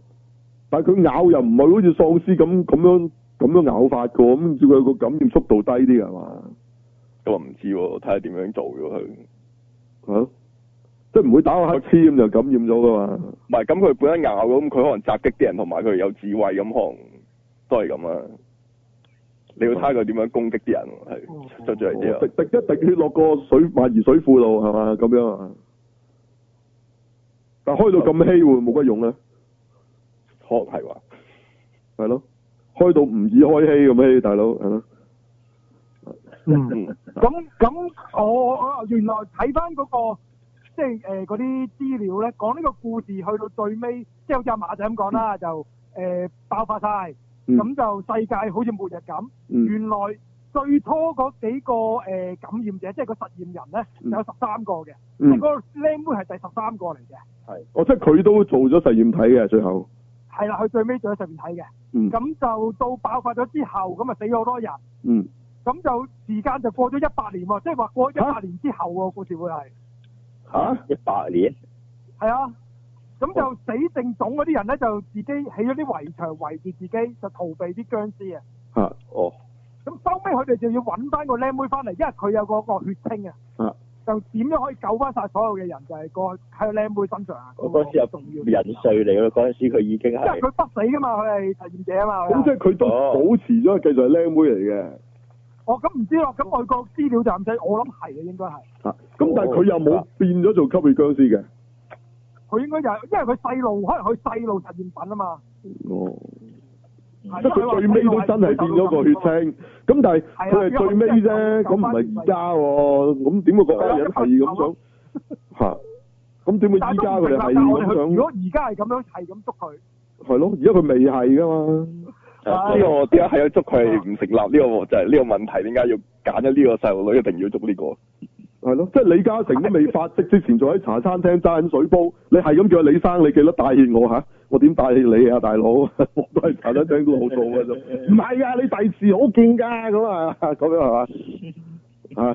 Speaker 1: 但係佢咬又唔係好似喪屍咁咁樣咁樣咬法嘅喎，咁照佢個感染速度低啲嘅係嘛？
Speaker 4: 咁啊唔知喎，睇下點樣做咗佢。
Speaker 1: 係咯，即係唔會打個乞嗤咁就感染咗噶嘛？
Speaker 4: 唔係，咁佢本身咬咁，佢可能襲擊啲人，同埋佢有智慧咁，可能都係咁啊。你要睇下佢點樣攻擊啲人喎，
Speaker 3: 哦
Speaker 4: 係出咗嚟之後
Speaker 1: 滴，滴一滴血落個水萬宜水庫度係嘛？咁樣啊？但係開到咁稀會冇乜用咧？
Speaker 4: 可哦能係話
Speaker 1: 係咯，開到唔易開稀咁稀，大佬係咯。
Speaker 4: 嗯
Speaker 3: 咁咁我我原來睇翻嗰個即係誒嗰啲資料咧，講呢個故事去到最尾，即係好似阿馬仔咁講啦，就誒、呃爆發晒，
Speaker 1: 嗯
Speaker 3: 咁就世界好似末日咁。
Speaker 1: 嗯
Speaker 3: 原來最初嗰幾個誒、呃感染者，即係個實驗人咧，
Speaker 1: 嗯
Speaker 3: 有十三個嘅，
Speaker 1: 嗯
Speaker 3: 但係嗰個靚妹係第十三個嚟嘅，
Speaker 1: 哦，即係佢都做咗實驗體嘅最後。
Speaker 3: 係啦，佢最尾仲喺上面睇嘅。
Speaker 1: 嗯
Speaker 3: 咁就到爆發咗之後，咁啊死咗好多人，
Speaker 1: 嗯，
Speaker 3: 咁就時間就過咗一百年喎，即係話過咗一百年之後喎，故事會係。啊
Speaker 2: 嚇一百年，
Speaker 3: 係啊，咁就
Speaker 1: 哦
Speaker 3: 死剩種嗰啲人咧，就自己起咗啲圍牆圍住自己，就逃避啲僵屍啊。
Speaker 1: 嚇
Speaker 2: 哦，
Speaker 3: 咁收尾佢哋就要揾翻個靚妹翻嚟，因為佢有嗰個血清啊。
Speaker 1: 啊
Speaker 3: 就點樣可以救翻晒所有嘅人？就係、個喺個靚妹身上啊。
Speaker 2: 我嗰時
Speaker 3: 有
Speaker 2: 有
Speaker 3: 重要，
Speaker 2: 人碎嚟咯，嗰陣時佢已經
Speaker 3: 因為
Speaker 2: 係
Speaker 3: 佢不死噶嘛，佢係實驗者啊嘛。
Speaker 1: 咁即係佢都
Speaker 2: 哦
Speaker 1: 保持咗，繼續係靚妹嚟嘅。
Speaker 3: 我哦咁唔知咯，咁外國資料就咁使，我諗係嘅應該係。
Speaker 1: 嚇啊咁但係佢又冇變咗做吸血僵屍嘅。
Speaker 3: 佢應該就係、因為佢細路，可能佢細路實驗品啊嘛。
Speaker 1: 哦，即係佢嗯
Speaker 3: 即
Speaker 1: 哦最尾都真係變咗個血
Speaker 3: 啊
Speaker 1: 清，咁但係佢係最尾啫，咁唔係而家喎，咁點會嗰班人係咁想嚇？咁點會
Speaker 3: 啊但
Speaker 1: 依
Speaker 3: 係
Speaker 1: 家
Speaker 3: 都
Speaker 1: 佢
Speaker 3: 唔
Speaker 1: 哋係
Speaker 3: 明啦我哋
Speaker 1: 咁
Speaker 3: 去
Speaker 1: 想
Speaker 3: 如？果而家係咁樣係咁捉佢，
Speaker 1: 係咯，而家佢未係噶嘛？啊
Speaker 4: 啊呢個點解係咗捉佢唔成立？呢個就係呢個問題，點解要揀咗呢個細路女一定要捉呢個？
Speaker 1: 係咯，即係李嘉誠都未發跡之前，仲喺茶餐廳揸緊水煲，你係咁叫李生，你記得帶挈我吓，我點帶挈你啊，大佬？ 我都係茶餐廳老做嘅啫，唔係啊，你第時好見㗎咁啊， 咁樣 係嘛？啊！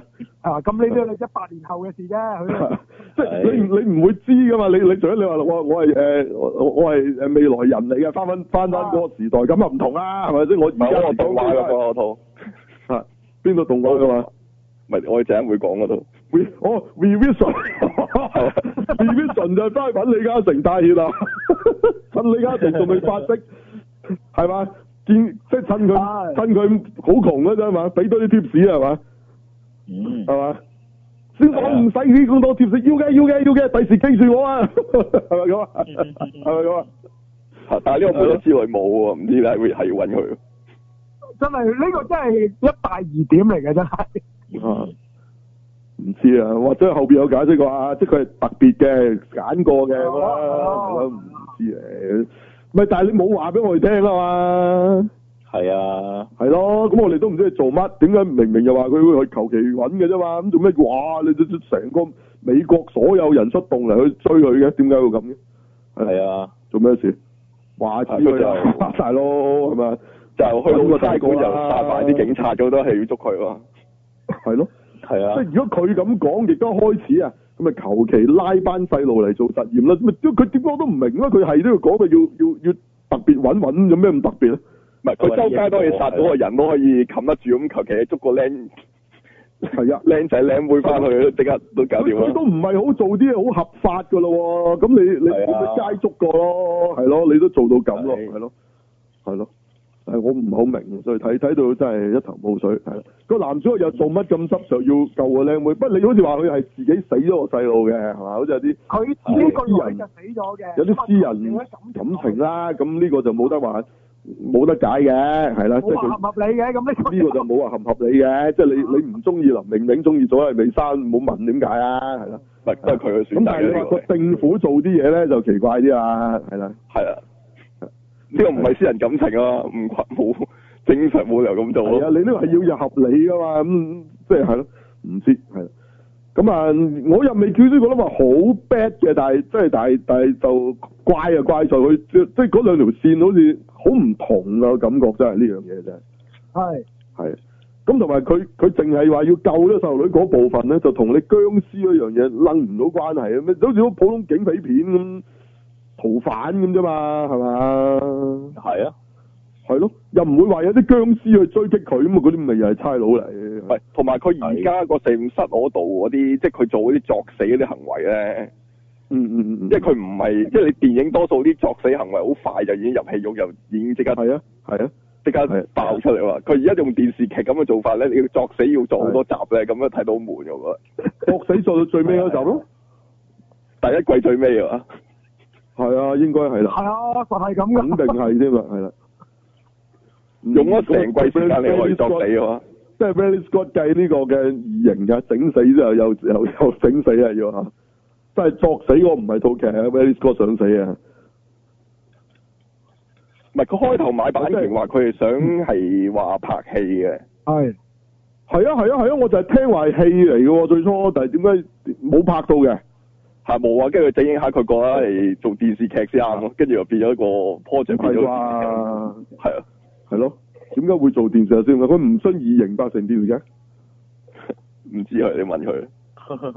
Speaker 3: 啊咁呢啲係一百年後嘅事啫，佢。
Speaker 1: 即係你唔你唔會知噶嘛？你你除咗你話我我係誒我我我係誒未來人嚟嘅，翻翻翻翻嗰個時代咁啊唔同啦，係咪先？我
Speaker 4: 唔係
Speaker 1: 而家
Speaker 4: 我動畫
Speaker 1: 個
Speaker 4: 嗰套，
Speaker 1: 嚇邊度動畫噶嘛
Speaker 4: 唔係我陣間會講嗰套。
Speaker 1: ？We 哦 revision revision 就係翻去揾李嘉誠帶血啦，趁李嘉誠仲未發跡，係嘛？見即係趁佢
Speaker 3: 係
Speaker 1: 趁佢好窮嗰陣嘛，俾多啲 tips 係嘛？
Speaker 2: 嗯，
Speaker 1: 係嘛？先我唔使呢咁多貼士，要嘅要嘅要嘅，第時記住我啊，係咪咁啊？係咪咁啊？
Speaker 4: 但係呢個冇得知佢冇喎，唔知咧會係要揾佢。
Speaker 3: 真係呢、個真係一大疑點嚟嘅，真係。
Speaker 1: 啊唔知啊，或者後邊有解釋過啊，即係佢係特別嘅揀過嘅咁啦，係咯，
Speaker 3: 哦
Speaker 1: 唔知誒。咪但係你冇話俾我哋聽啊嘛，
Speaker 2: 係啊，
Speaker 1: 係咯，咁我哋都唔知佢做乜，點解明明又話佢會去求其揾嘅啫嘛，咁做咩？哇！你成個美國所有人出動嚟去追佢嘅，點解會咁嘅？
Speaker 2: 係啊，
Speaker 1: 做咩事？話知佢
Speaker 4: 係
Speaker 1: 啦， 大佬係咪？
Speaker 4: 就去到個差館就殺埋啲警察，咁都係要捉佢喎。
Speaker 1: 係咯，
Speaker 2: 係
Speaker 1: 即
Speaker 2: 啊
Speaker 1: 係，如果佢咁講，亦都開始啊，咁咪求其拉班細路嚟做實驗啦。咪佢點講都唔明啦，佢係都要講，咪要要要特別揾揾，有咩咁特別啊咧？
Speaker 4: 唔係，佢周街都可以殺到個人，都可以冚得住咁，求其捉個僆
Speaker 1: 係啊。
Speaker 4: 僆仔僆妹翻去，即刻都搞
Speaker 1: 佢
Speaker 4: 掂啊
Speaker 1: 佢都
Speaker 4: 啦。
Speaker 1: 唔係好做啲嘢好合法噶咯喎，咁你你
Speaker 2: 係啊
Speaker 1: 你咪街捉過咯，係咯，你都做到咁咯，
Speaker 4: 係
Speaker 1: 係咯，係咯，係我唔係好明，所以睇睇到真係一頭霧水，係啦。個男主角又做乜咁執着要救個靚妹？不過你好似話佢係自己死咗個細路嘅，係嘛？好似有啲
Speaker 3: 佢自己個女就死咗嘅，
Speaker 1: 有啲私人感情啦，咁呢個就冇得話冇得解嘅，係啦，即係
Speaker 3: 冇
Speaker 1: 佢
Speaker 3: 話合啊唔合理啊嘅咁呢個
Speaker 1: 呢個就冇話合唔合理嘅，即係你你唔中意林明明中意咗係美珊，唔好問點解啊，係啦。
Speaker 4: 唔係都係佢嘅選
Speaker 1: 咁但
Speaker 4: 擇
Speaker 1: 係
Speaker 4: 嘅
Speaker 1: 你
Speaker 4: 呢
Speaker 1: 話個
Speaker 4: 個，
Speaker 1: 政府做啲嘢咧就奇啊怪啲啦，係啦，
Speaker 4: 係啊，呢個唔係私人感情啊，唔關冇，即正常冇理由咁做
Speaker 1: 係啊，
Speaker 4: 咯。
Speaker 1: 你呢個係要入合理噶嘛，咁即係係咯，唔知係啦。咁啊，我又未至於覺得話好 bad 嘅，但係即係但係但係就怪啊怪在佢即即係嗰兩條線好似好唔同啊感覺真係呢樣嘢真係
Speaker 3: 係
Speaker 1: 係。咁同埋佢佢淨係話要救呢個細路女嗰部分咧，就同你僵屍嗰樣嘢掕唔到關係啊！咩好似好普通警匪片咁逃犯咁啫嘛，係嘛？
Speaker 2: 係啊，
Speaker 1: 係咯，又唔會話有啲僵屍去追擊佢咁啊！嗰啲咪又係差佬嚟。
Speaker 4: 喂，同埋佢而家個實驗室嗰度嗰啲，即係佢做嗰啲作死嗰啲行為咧，
Speaker 1: 嗯嗯嗯嗯，
Speaker 4: 即係佢唔係，即係你電影多數啲作死行為好快就已經入戲肉，又已經即刻
Speaker 1: 係啊係啊，
Speaker 4: 即刻
Speaker 1: 係
Speaker 4: 爆出嚟啦。佢而家用電視劇咁嘅做法咧，你要作死要做好多集咧，咁樣啊睇到好悶嘅喎。
Speaker 1: 搏死做到最尾嗰集咯。
Speaker 4: 第一季最尾啊，
Speaker 1: 係啊，應該係 啦，
Speaker 3: 係啊，實係
Speaker 1: 肯
Speaker 3: 咁
Speaker 1: 定
Speaker 3: 噶。
Speaker 1: 係添啦，係啦。嗯
Speaker 4: 用咗成季時間你去作死啊嘛。
Speaker 1: 即係 Ridley Scott 計呢個嘅異形啊，整死之後又又又整死啊要啊！真係作死我唔係套劇啊，Ridley Scott 想死啊！
Speaker 4: 唔係佢開頭買版權話佢係想係話拍戲嘅，
Speaker 3: 係
Speaker 1: 係啊係啊係啊！我就係聽話係戲嚟嘅喎，最初，但係點解冇拍到嘅？
Speaker 4: 係冇啊，跟住整影下佢覺得係做電視劇先啱咯，跟住又變咗一個 project 變
Speaker 1: 啊係
Speaker 4: 咗
Speaker 1: 啩？
Speaker 4: 係啊，
Speaker 1: 係咯，點解會做電視啊先？佢唔信異形拍成電視嘅，
Speaker 4: 唔知啊佢你問佢，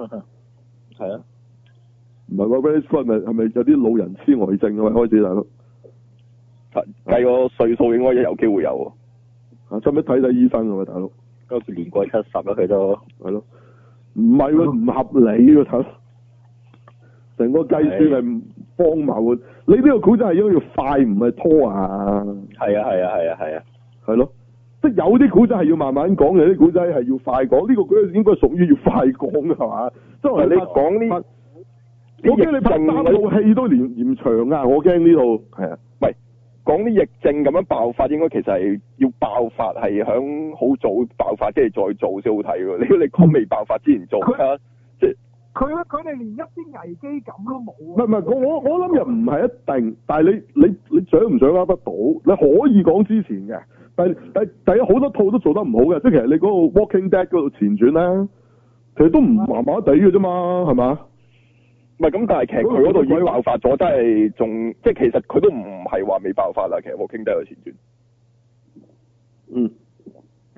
Speaker 2: 係啊，
Speaker 1: 唔係話 Ridley Scott 咪係咪有啲老人痴呆症啊？喂，開始大佬，
Speaker 4: 係計個歲數應該有機會有喎。
Speaker 1: 啊，使唔使睇睇醫生啊？喂，大佬，
Speaker 2: 嗰個年過七十啦，佢都
Speaker 1: 係咯，唔係喎，唔合理喎，大佬，成個計算係唔荒謬嘅。你呢個古仔係應該要快，唔係拖啊，
Speaker 2: 係啊係啊係啊係啊，
Speaker 1: 係咯。即係有啲古仔係要慢慢講嘅，有啲古仔係要快講。呢、個古仔應該屬於要快講嘅係嘛？即係
Speaker 4: 唔係你講呢
Speaker 1: 拍，我驚你拍三套戲都連嫌長啊！我驚呢度係啊。
Speaker 4: 講啲疫症咁樣爆發，應該其實係要爆發係響好早爆發，跟住再做先好睇 喎。你你講未爆發之前做，
Speaker 3: 佢
Speaker 4: 啊
Speaker 3: 佢佢哋連一啲危機感都冇
Speaker 1: 唔係
Speaker 3: 啊！
Speaker 1: 唔係，我我我諗又唔係一定，但係你你你掌唔掌握得到？你可以講之前嘅，但係但係但係好多套都做得唔好嘅，即係其實你嗰個 Walking Dead 嗰度前傳咧，其實都唔麻麻地嘅啫嘛，係嘛？
Speaker 4: 唔係咁，但係其實佢嗰度已經爆發咗，真係仲即係其實佢都唔係話未爆發啦。其實我傾低個前傳，
Speaker 1: 嗯，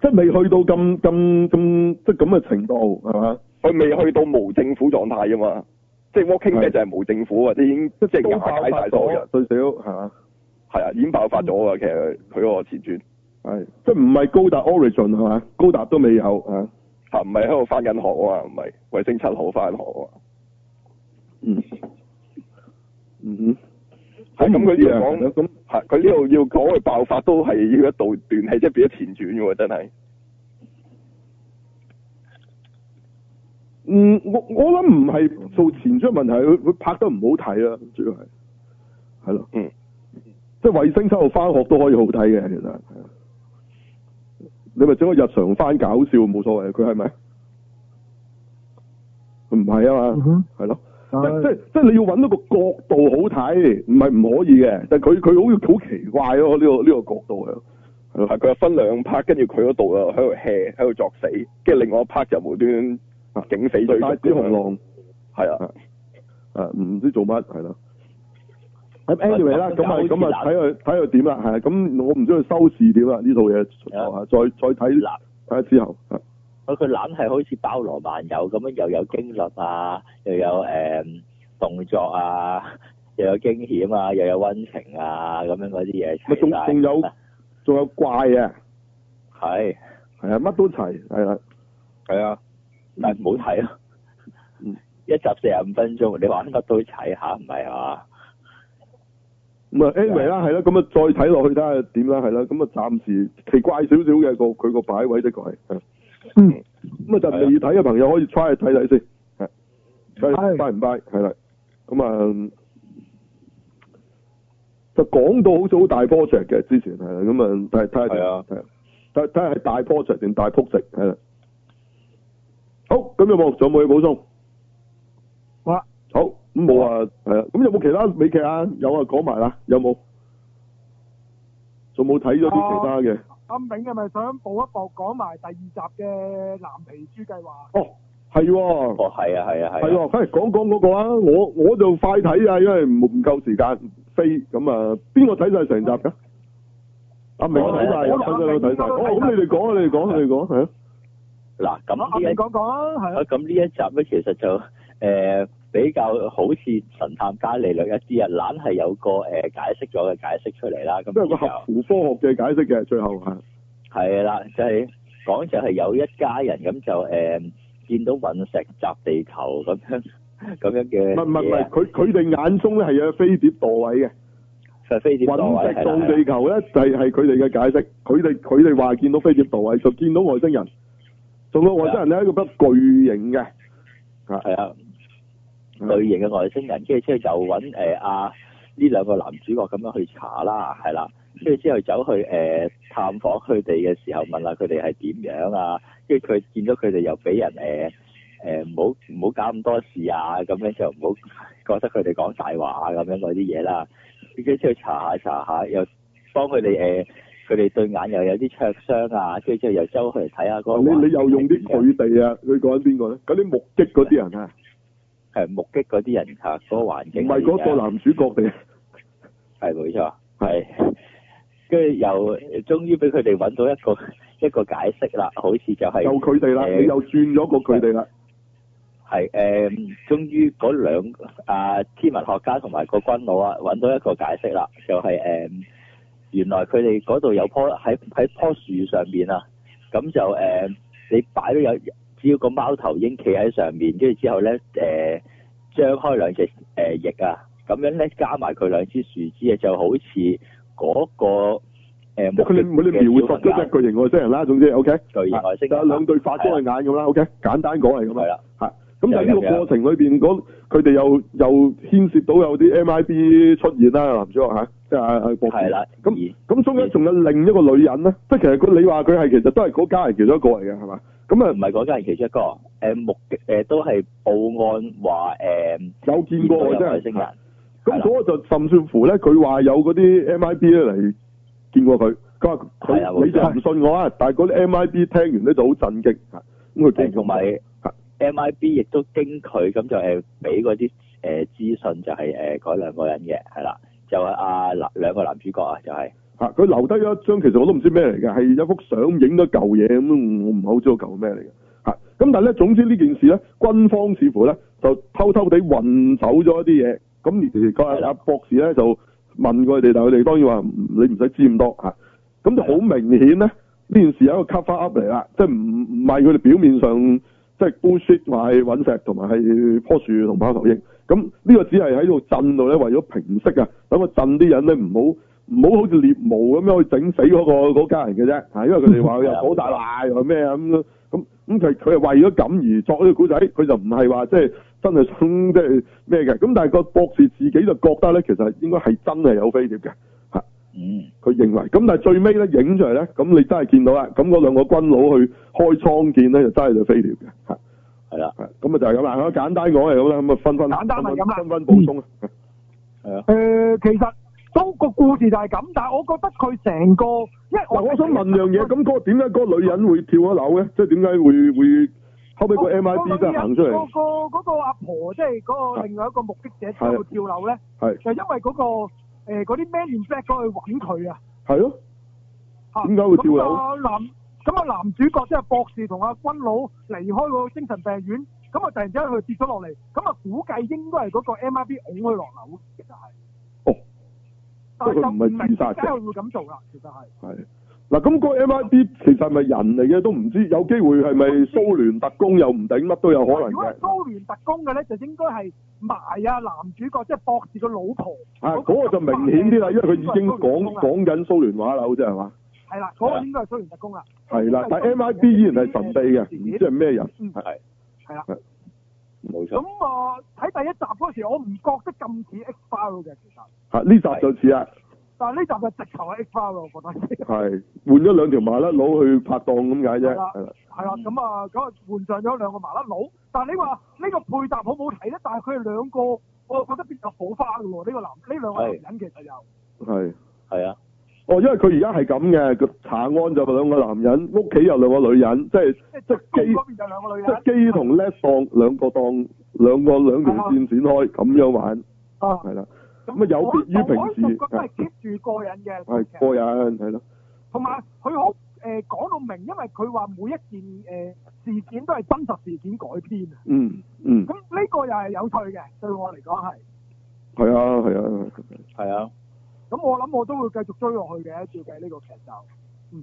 Speaker 1: 即係未去到咁咁咁即係咁嘅程度，係嘛？
Speaker 4: 佢未去到無政府狀態啊嘛。即係 Walking
Speaker 1: 係
Speaker 4: Dead 就係無政府啊，即係已經即係
Speaker 1: 都
Speaker 4: 瓦
Speaker 1: 爆
Speaker 4: 解
Speaker 1: 發
Speaker 4: 晒所有
Speaker 1: 咗
Speaker 4: 人，
Speaker 1: 最少係嘛？
Speaker 4: 係啊，已經爆發咗啊。其實佢嗰個前傳
Speaker 1: 係即係唔係高達 Origin 係嘛？高達都未有啊。
Speaker 4: 嚇唔係喺度翻緊學啊嘛，唔係衛星七號翻學啊嘛。
Speaker 1: 嗯嗯
Speaker 4: 係
Speaker 1: 哼，
Speaker 4: 咁佢
Speaker 1: 咁
Speaker 4: 呢度
Speaker 1: 唔知啊
Speaker 4: 講
Speaker 1: 咁
Speaker 4: 係佢呢度要講佢爆發都係要一度斷氣，即係變咗前傳嘅喎，真係。
Speaker 1: 嗯，我我諗唔係做前出問題，佢佢拍得唔好睇啦，啊主要係係咯，
Speaker 4: 嗯，
Speaker 1: 即係衛星七號翻學都可以好睇嘅，其實係啊你咪整個日常翻搞笑冇所謂，佢係咪？佢唔係啊
Speaker 3: 嗯
Speaker 1: 嘛，
Speaker 3: 哼
Speaker 1: 係咯、
Speaker 3: 係
Speaker 1: 即即即係你要揾到個角度好睇，唔係唔可以嘅，但係佢佢好似好奇怪咯，呢、個呢、個角度係。
Speaker 4: 係佢又分兩 part，跟住佢嗰度啊喺度 hea，喺度作死，跟住另外一 part 就無端端警匪追
Speaker 1: 帶
Speaker 4: 蹤
Speaker 1: 子紅浪
Speaker 4: 係啊。
Speaker 1: 啊，唔知做乜係咯。咁 anyway 啦，咁啊
Speaker 2: 咁就
Speaker 1: 咁啊
Speaker 2: 好
Speaker 1: 睇佢睇佢點啦，係啊咁我唔知佢收視點啦呢套嘢
Speaker 2: 啊
Speaker 1: 啊，再再睇
Speaker 2: 嗱
Speaker 1: 睇下之後啊
Speaker 2: 佢佢攬係好似包羅萬有咁樣，又有驚慄啊，又有誒、嗯動作啊， 又有驚險啊，又有温情啊，咁樣嗰啲嘢齊
Speaker 1: 咪仲
Speaker 2: 晒
Speaker 1: 仲有仲有怪啊，
Speaker 2: 係
Speaker 1: 係啊乜都齊係啦，
Speaker 2: 係啊，但係唔好睇咯
Speaker 1: 嗯。
Speaker 2: 一集四十五分鐘，你玩乜都齊下，唔係啊？
Speaker 1: 咁啊 anyway 啦係啦，咁啊再睇落去睇下點啦係啦，咁啊暫時奇怪少少嘅個佢個擺位的確係，係
Speaker 3: 嗯，
Speaker 1: 咁啊就未睇嘅朋友可以 try 去睇睇先，係睇
Speaker 3: 係
Speaker 1: buy 唔 buy 係啦，咁啊嗯就講到好似好大 project 嘅之前係啦，咁啊睇睇下點
Speaker 4: 係啊
Speaker 1: 係睇睇下係大 project 定大撲食係啦。好，咁有冇仲有冇嘢補充？
Speaker 3: 好啦，
Speaker 1: 好，咁冇啊，係啊，咁有冇其他美劇啊？有啊，講埋啦，有冇？仲冇睇咗啲其他嘅？
Speaker 3: 阿銘係咪想補一補講埋第二集嘅藍皮書計劃？
Speaker 1: 哦，係喎。
Speaker 2: 哦，係啊，係啊，
Speaker 1: 係
Speaker 2: 係啊。
Speaker 1: 喎，係講講嗰個啊，我我就快睇啊，因為唔唔夠時間飛咁啊。邊個睇晒成集㗎？阿明睇晒，有
Speaker 3: 我
Speaker 1: 親仔都睇晒。哦，咁你哋講啊，你哋講啊，你哋講係啊。
Speaker 2: 嗱，
Speaker 3: 啊阿
Speaker 2: 咁
Speaker 3: 明
Speaker 2: 呢一
Speaker 3: 講講啦，係
Speaker 2: 啊
Speaker 3: 啊，
Speaker 2: 咁呢一集咧，其實就誒、呃比較好似神探伽利略一啲啊，懶係有個誒、呃解釋咗嘅解釋出嚟啦。咁
Speaker 1: 都有啊個
Speaker 2: 然
Speaker 1: 合
Speaker 2: 後
Speaker 1: 乎科學嘅解釋嘅，最後啊係
Speaker 2: 係啦，就係、講就係有一家人咁就誒、呃、見到隕石砸地球咁樣咁樣嘅
Speaker 1: 唔係唔係唔
Speaker 2: 嘢
Speaker 1: 係
Speaker 2: 啊，
Speaker 1: 佢佢哋眼中咧係有飛碟墮位嘅，
Speaker 2: 就飛碟墮
Speaker 1: 隕
Speaker 2: 位
Speaker 1: 石
Speaker 2: 啊係
Speaker 1: 撞
Speaker 2: 啦，
Speaker 1: 地球咧就係係佢哋嘅解釋，佢哋佢哋話見到飛碟墮位，就見到外星人，仲有外星人咧一個筆巨型嘅，
Speaker 2: 係啊，
Speaker 1: 係
Speaker 2: 巨型嘅外星人，跟住之後就揾誒阿呢兩個男主角咁樣去查啦，係啦，跟住之後走去誒、呃探訪佢哋嘅時候，問下佢哋係點樣啊，跟住佢見到佢哋又俾人誒誒唔好唔好搞咁多事啊，咁樣就唔好覺得佢哋講大話啊咁樣嗰啲嘢啦，跟住之後查下查下，又幫佢哋誒。佢哋對眼又有啲灼傷啊，跟住之後又周去睇下嗰個環
Speaker 1: 你
Speaker 2: 境
Speaker 1: 你又用啲
Speaker 2: 啊係點
Speaker 1: 佢
Speaker 2: 樣
Speaker 1: 哋啊，佢講緊邊個咧？嗰啲目擊嗰啲人啊，
Speaker 2: 係目擊嗰啲人嚇嗰個環
Speaker 1: 唔
Speaker 2: 境
Speaker 1: 係嗰
Speaker 2: 點樣啊
Speaker 1: 個男主角啊嚟，
Speaker 2: 係冇錯，係。跟住又終於俾佢哋揾到一個一個解釋啦，好似就係
Speaker 1: 又佢哋啦，
Speaker 2: 誒
Speaker 1: 你又轉咗個佢哋啦，
Speaker 2: 係誒，終於嗰兩啊天文學家同埋個軍佬啊揾到一個解釋啦，就係、誒、原來佢哋嗰度有棵喺喺棵樹上面啊，咁就誒、你擺咗有只要個貓頭鷹企喺上面，跟住之後咧誒、張開兩隻誒、翼啊，咁樣咧加埋佢兩支樹枝啊，就好似嗰、個誒
Speaker 1: 即係佢哋佢哋描述嗰隻巨型外星人啦，總之 OK，啊
Speaker 2: 巨型外星
Speaker 1: 就有
Speaker 2: 人啦
Speaker 1: 兩對發光嘅眼咁啦，OK，簡單講係咁
Speaker 2: 係
Speaker 1: 啊。
Speaker 2: 啦，
Speaker 1: 咁但係呢個過程裏邊，嗰佢哋又又牽涉到有啲 MIB 出現啦，男主角嚇，即係阿阿博士。
Speaker 2: 係啦，
Speaker 1: 咁
Speaker 2: 而
Speaker 1: 咁中間仲有另一個女人咧，即係其實佢你話佢係其實都係嗰家人其中一個嚟嘅，係嘛？咁
Speaker 2: 唔
Speaker 1: 啊
Speaker 2: 係嗰間係其中一個，誒、目擊誒、都係報案話誒
Speaker 1: 有見過
Speaker 2: 見到
Speaker 1: 外
Speaker 2: 有外
Speaker 1: 星
Speaker 2: 星
Speaker 1: 人
Speaker 2: 人，，
Speaker 1: 咁嗰個就甚至乎咧，佢話有嗰啲 MIB 咧嚟見過佢，佢話
Speaker 2: 係啊
Speaker 1: 佢
Speaker 2: 冇錯
Speaker 1: 你就唔信我啊，但係嗰啲 MIB 聽完咧就好震驚嚇，咁佢
Speaker 2: 誒
Speaker 1: 驚
Speaker 2: 同埋
Speaker 1: 係
Speaker 2: MIB 亦都經佢咁就誒俾嗰啲誒資訊就係誒嗰兩個人嘅係啦，就係阿男兩個男主角啊，就係、
Speaker 1: 嚇佢留低咗一張，其實我都唔知咩嚟嘅，係一幅相影咗舊嘢咁，我唔係好知道舊咩嚟嘅嚇。咁但係咧，總之呢件事咧，軍方似乎咧就偷偷地運走咗一啲嘢。咁而個
Speaker 2: 係
Speaker 1: 阿
Speaker 2: 啦
Speaker 1: 博士咧就問佢哋，但係佢哋當然話唔你唔使知咁多嚇。咁就好明顯咧，呢件事有一個 cover up 嚟啦，即係唔唔係佢哋表面上即係 bullshit 話係隕石同埋係棵樹同貓頭鷹。咁呢個只係喺度震度咧，為咗平息啊，等個震啲人咧唔好唔好好似獵巫咁樣去整死嗰、個嗰家人嘅啫，嚇，因為佢哋話佢又講大話又咩啊咁咁咁佢佢係為咗咁而作呢個古仔，佢就唔係話即係真係想即係咩嘅，咁但係個博士自己就覺得咧，其實應該係真係有飛碟嘅。
Speaker 2: 嗯
Speaker 1: 佢認為，咁但係最尾咧影出嚟咧，咁你真係見到啦，咁嗰兩個軍佬去開倉見咧，就真係就飛碟嘅，嚇
Speaker 2: 係啦，
Speaker 1: 嚇咁啊就係咁啦，咁簡單講係咁啦，咁啊分分
Speaker 3: 簡單係咁啦
Speaker 1: 分分補充啊，
Speaker 2: 係啊，
Speaker 3: 誒，其實都個故事就係咁，但係我覺得佢成個，因為
Speaker 1: 嗱，我想問樣嘢，咁嗰個點解嗰個女人會跳咗樓嘅？即係點解會會後尾哦個 MIB 真係行出嚟？
Speaker 3: 個個嗰個阿婆，即係嗰個另外一個目擊者喺度跳樓咧，
Speaker 1: 係
Speaker 3: 就因為嗰個誒嗰啲 man in black 嗰去揾佢啊。
Speaker 1: 係咯，
Speaker 3: 嚇
Speaker 1: 點解會跳樓
Speaker 3: 咁啊男咁啊男主角即係博士同阿軍佬離開個精神病院，咁啊突然之間佢跌咗落嚟，咁啊估計應該係嗰個 MIB 拱佢落樓，其實係。
Speaker 1: 哦。
Speaker 3: 但係
Speaker 1: 即係
Speaker 3: 就
Speaker 1: 佢唔
Speaker 3: 唔
Speaker 1: 係
Speaker 3: 明
Speaker 1: 自
Speaker 3: 點
Speaker 1: 殺嘅
Speaker 3: 解佢會咁做啦，其實係。
Speaker 1: 係嗱，咁個 MIB 其實係咪人嚟嘅都唔知，有機會係咪蘇聯特工又唔頂，乜都有可能
Speaker 3: 如果
Speaker 1: 嘅
Speaker 3: 係。蘇聯特工嘅咧，就應該係埋啊男主角即係博士個老婆。
Speaker 1: 啊，嗰個就明顯啲啦，因為佢已經講講緊蘇聯啊話啦，好似係啊嘛？
Speaker 3: 係啦，嗰個應該係蘇聯特工啦。
Speaker 1: 係啦，但 MIB 依然係神秘嘅，唔知係咩人。
Speaker 3: 嗯係啦。
Speaker 2: 冇錯，
Speaker 3: 咁啊喺第一集嗰時，我唔覺得咁似 X File 嘅其實，
Speaker 1: 嚇呢集啊就似啦，
Speaker 3: 但係呢集就直頭係 X File 咯，我覺得。
Speaker 1: 係換咗兩條麻甩佬去拍檔咁解啫。
Speaker 3: 係啦
Speaker 1: 係啦，
Speaker 3: 係啦，咁啊，咁啊換上咗兩個麻甩佬，但係你話呢個配搭好唔好睇咧？但係佢哋兩個，我覺得變咗火花嘅喎，呢、個男呢兩個男人其實又
Speaker 1: 係。
Speaker 2: 係啊，
Speaker 1: 哦，因為佢而家係咁嘅，佢查案就兩個男人，屋企有兩個女人，即係
Speaker 3: 即係
Speaker 1: 即係
Speaker 3: 中
Speaker 1: 基
Speaker 3: 嗰邊就兩個女
Speaker 1: 即
Speaker 3: 人
Speaker 1: 係。基同 les 當兩個當兩個兩條線展開咁樣玩，
Speaker 3: 啊，
Speaker 1: 係啦，咁啊有別於平時啊
Speaker 3: 我覺得係 keep 住過癮嘅。
Speaker 1: 係過癮係咯，
Speaker 3: 同埋佢好誒講到明，因為佢話每一件誒、呃事件都係真實事件改編啊。
Speaker 1: 嗯嗯
Speaker 3: 咁，呢個又係有趣嘅，對我嚟講係。
Speaker 1: 係啊係啊，
Speaker 2: 係啊，
Speaker 3: 咁我諗我都會繼續追落去嘅，照計呢個劇就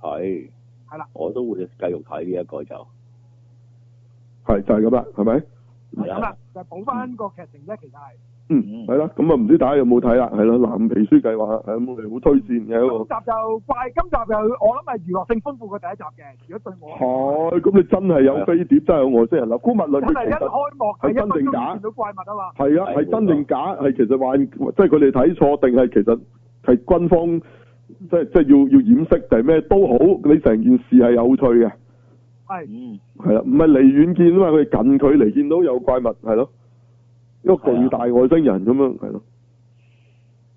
Speaker 2: 係。
Speaker 3: 係啦。
Speaker 2: 我都會繼續睇呢一個就
Speaker 1: 係就係咁啦，係咪？
Speaker 2: 係
Speaker 3: 咁
Speaker 2: 啊
Speaker 3: 啦，，就補翻個劇情啫，其實係。
Speaker 1: 嗯，係啦，咁啊唔知大家有冇睇啦，係啦，藍皮書計劃係啊咁，我哋好推薦嘅一
Speaker 3: 今
Speaker 1: 個。
Speaker 3: 集就怪，今集就我諗係娛樂性豐富過第一集嘅。如果對我嚟講，
Speaker 1: 係，咁你真係有飛碟，真係有外星人啦！孤物論
Speaker 3: 真係
Speaker 1: 佢其
Speaker 3: 一
Speaker 1: 實
Speaker 3: 開幕第一分鐘見到怪物啊嘛。
Speaker 1: 係啊，
Speaker 2: 係
Speaker 1: 係真定假，係其實幻，即係佢哋睇錯定係其實係軍方，即係即係要要掩飾定係咩都好，你成件事係有趣嘅，
Speaker 3: 係
Speaker 2: 嗯，
Speaker 1: 係啦，唔係離遠見啊嘛，佢哋近距離見到有怪物，係咯，一個巨大外星人咁樣，係咯。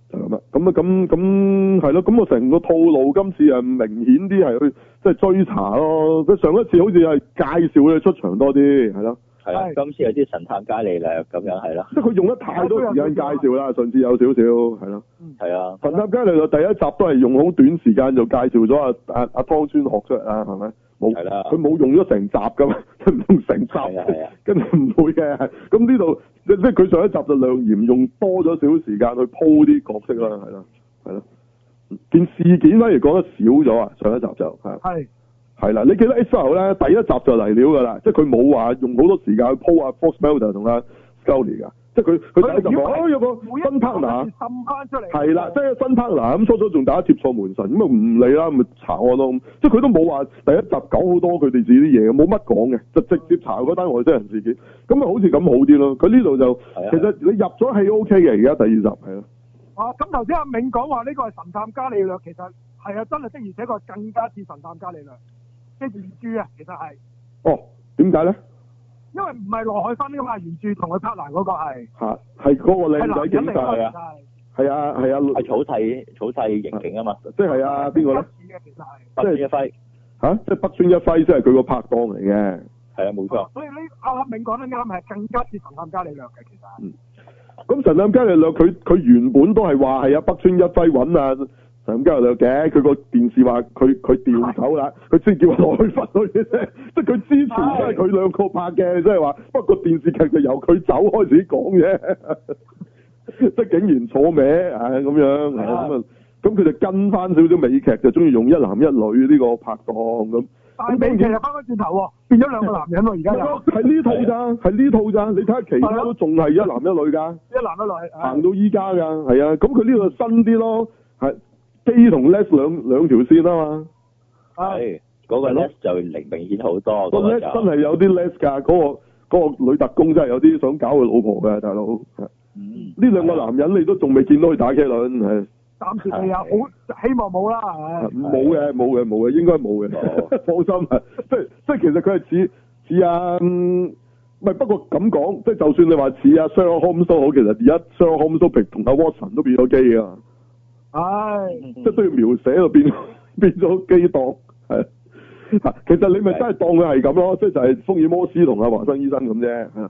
Speaker 1: 就係咁啦，咁啊咁咁係咯，咁我成個套路今次係明顯啲係去即係追查咯，即係上一次好似係介紹佢出場多啲，係咯。
Speaker 2: 係啊，
Speaker 3: 係
Speaker 2: 今次有啲神探伽利略咁樣係啦，
Speaker 1: 即係佢用得太多時間介紹啦，上次有少少係咯。
Speaker 2: 係啊，
Speaker 1: 神探伽利略第一集都係用好短時間就介紹咗阿阿阿湯川學出嚟啦，係咪？冇，
Speaker 2: 係啦
Speaker 1: 佢冇用咗成集㗎嘛， 佢唔用成
Speaker 2: 係啊係
Speaker 1: 集
Speaker 2: 啊，
Speaker 1: 跟住唔會嘅。咁呢度即即係佢上一集就量嫌用多咗少時間去鋪啲角色啦，係啦，係啦。件事件反而講得少咗啊，上一集就係
Speaker 3: 係
Speaker 1: 係啦，你記得 X o 咧第一集就嚟料㗎啦，即係佢冇話用好多時間去鋪阿 Fox Mulder 同阿 Scully 㗎，即係佢佢第一集
Speaker 3: 如
Speaker 1: 話
Speaker 3: 果係
Speaker 1: 哦有個
Speaker 3: 每一
Speaker 1: 新
Speaker 3: 集都
Speaker 1: partner 啊
Speaker 3: 係滲翻出嚟。
Speaker 1: 係啦，即係新 partner 咁初初仲打貼錯門神咁啊唔理啦，咪查案咯咁，即係佢都冇話第一集講好多佢哋自己啲嘢，冇乜講嘅，就直接查嗰單外星人事件，咁啊好似咁好啲咯。佢呢度就
Speaker 2: 係啊
Speaker 1: 其實你入咗戲 O K 嘅，而家第二集係咯，
Speaker 3: 啊，咁頭先阿銘講話呢個係神探伽利略，其實係啊，真係的而且確更加似神探伽利略，即係原著啊，其實係，
Speaker 1: 哦點解咧？
Speaker 3: 因為唔係羅海芬噶嘛，原著同佢 partner 嗰個係
Speaker 1: 嚇係嗰個
Speaker 3: 係
Speaker 1: 靚
Speaker 3: 男
Speaker 1: 仔
Speaker 3: 人
Speaker 1: 警
Speaker 3: 嚟
Speaker 1: 察
Speaker 3: 㗎
Speaker 2: 㗎，
Speaker 3: 其實係
Speaker 1: 係啊係
Speaker 2: 係
Speaker 1: 啊，
Speaker 2: 草剃草剃刑警啊嘛，
Speaker 1: 即係啊邊個咧？
Speaker 3: 一似嘅其實係。
Speaker 2: 白一輝
Speaker 1: 嚇即係北川一輝即係佢個拍檔嚟嘅。
Speaker 2: 係啊，冇錯，
Speaker 3: 所以呢阿阿銘講得啱，係更加似神探伽利略嘅其實係。
Speaker 1: 咁神探伽利略佢佢原本都係話係啊北川一輝揾啊神探伽利略嘅，佢個電視話佢佢調走啦，佢先叫落去罰佢嘅啫，即係佢之前都係佢兩個拍嘅，即係話不過電視劇就由佢走開始講嘅， 即係竟然坐歪啊咁樣，係啊咁啊咁佢就跟翻少少美劇，就中意用一男一女呢個拍檔咁。
Speaker 3: 但係美劇就翻返轉頭喎，變咗兩個男人喎，而家又
Speaker 1: 係呢套咋，係呢套咋，你睇下其他都仲係一男一女㗎。
Speaker 3: 一男一女。 係
Speaker 1: 行到依家噶，係啊，咁佢呢度新啲咯，係基同 les 兩兩條線啊嘛，
Speaker 3: 係
Speaker 2: 係嗰個
Speaker 1: 係咯
Speaker 2: Les 就明明顯好多，
Speaker 1: 個
Speaker 2: 嗰
Speaker 1: les
Speaker 2: 個
Speaker 1: 真
Speaker 2: 就
Speaker 1: 係有啲 les 㗎，嗰、個嗰個女特工真係有啲想搞佢老婆㗎，大佬。係
Speaker 2: 嗯
Speaker 1: 呢兩個男人你都仲未見到佢打車輪，係
Speaker 3: 暫時未有，好希望冇啦。唉
Speaker 1: 係冇嘅冇嘅冇嘅，應該冇嘅
Speaker 2: 冇，
Speaker 1: 放心啊！即係即係其實佢係似似啊，嗯唔係不過咁講，即係就算你話似啊 Sherlock Holmes 都好，其實而家 Sherlock Holmes 都變同阿 Watson 都變咗機啊嘛。
Speaker 3: 唉，
Speaker 2: 嗯
Speaker 1: 即係都要描寫就變變咗 基檔，係啊其實你咪真係當佢係咁 咯，即係就係福爾摩斯同阿華生醫生咁啫。係啊嗯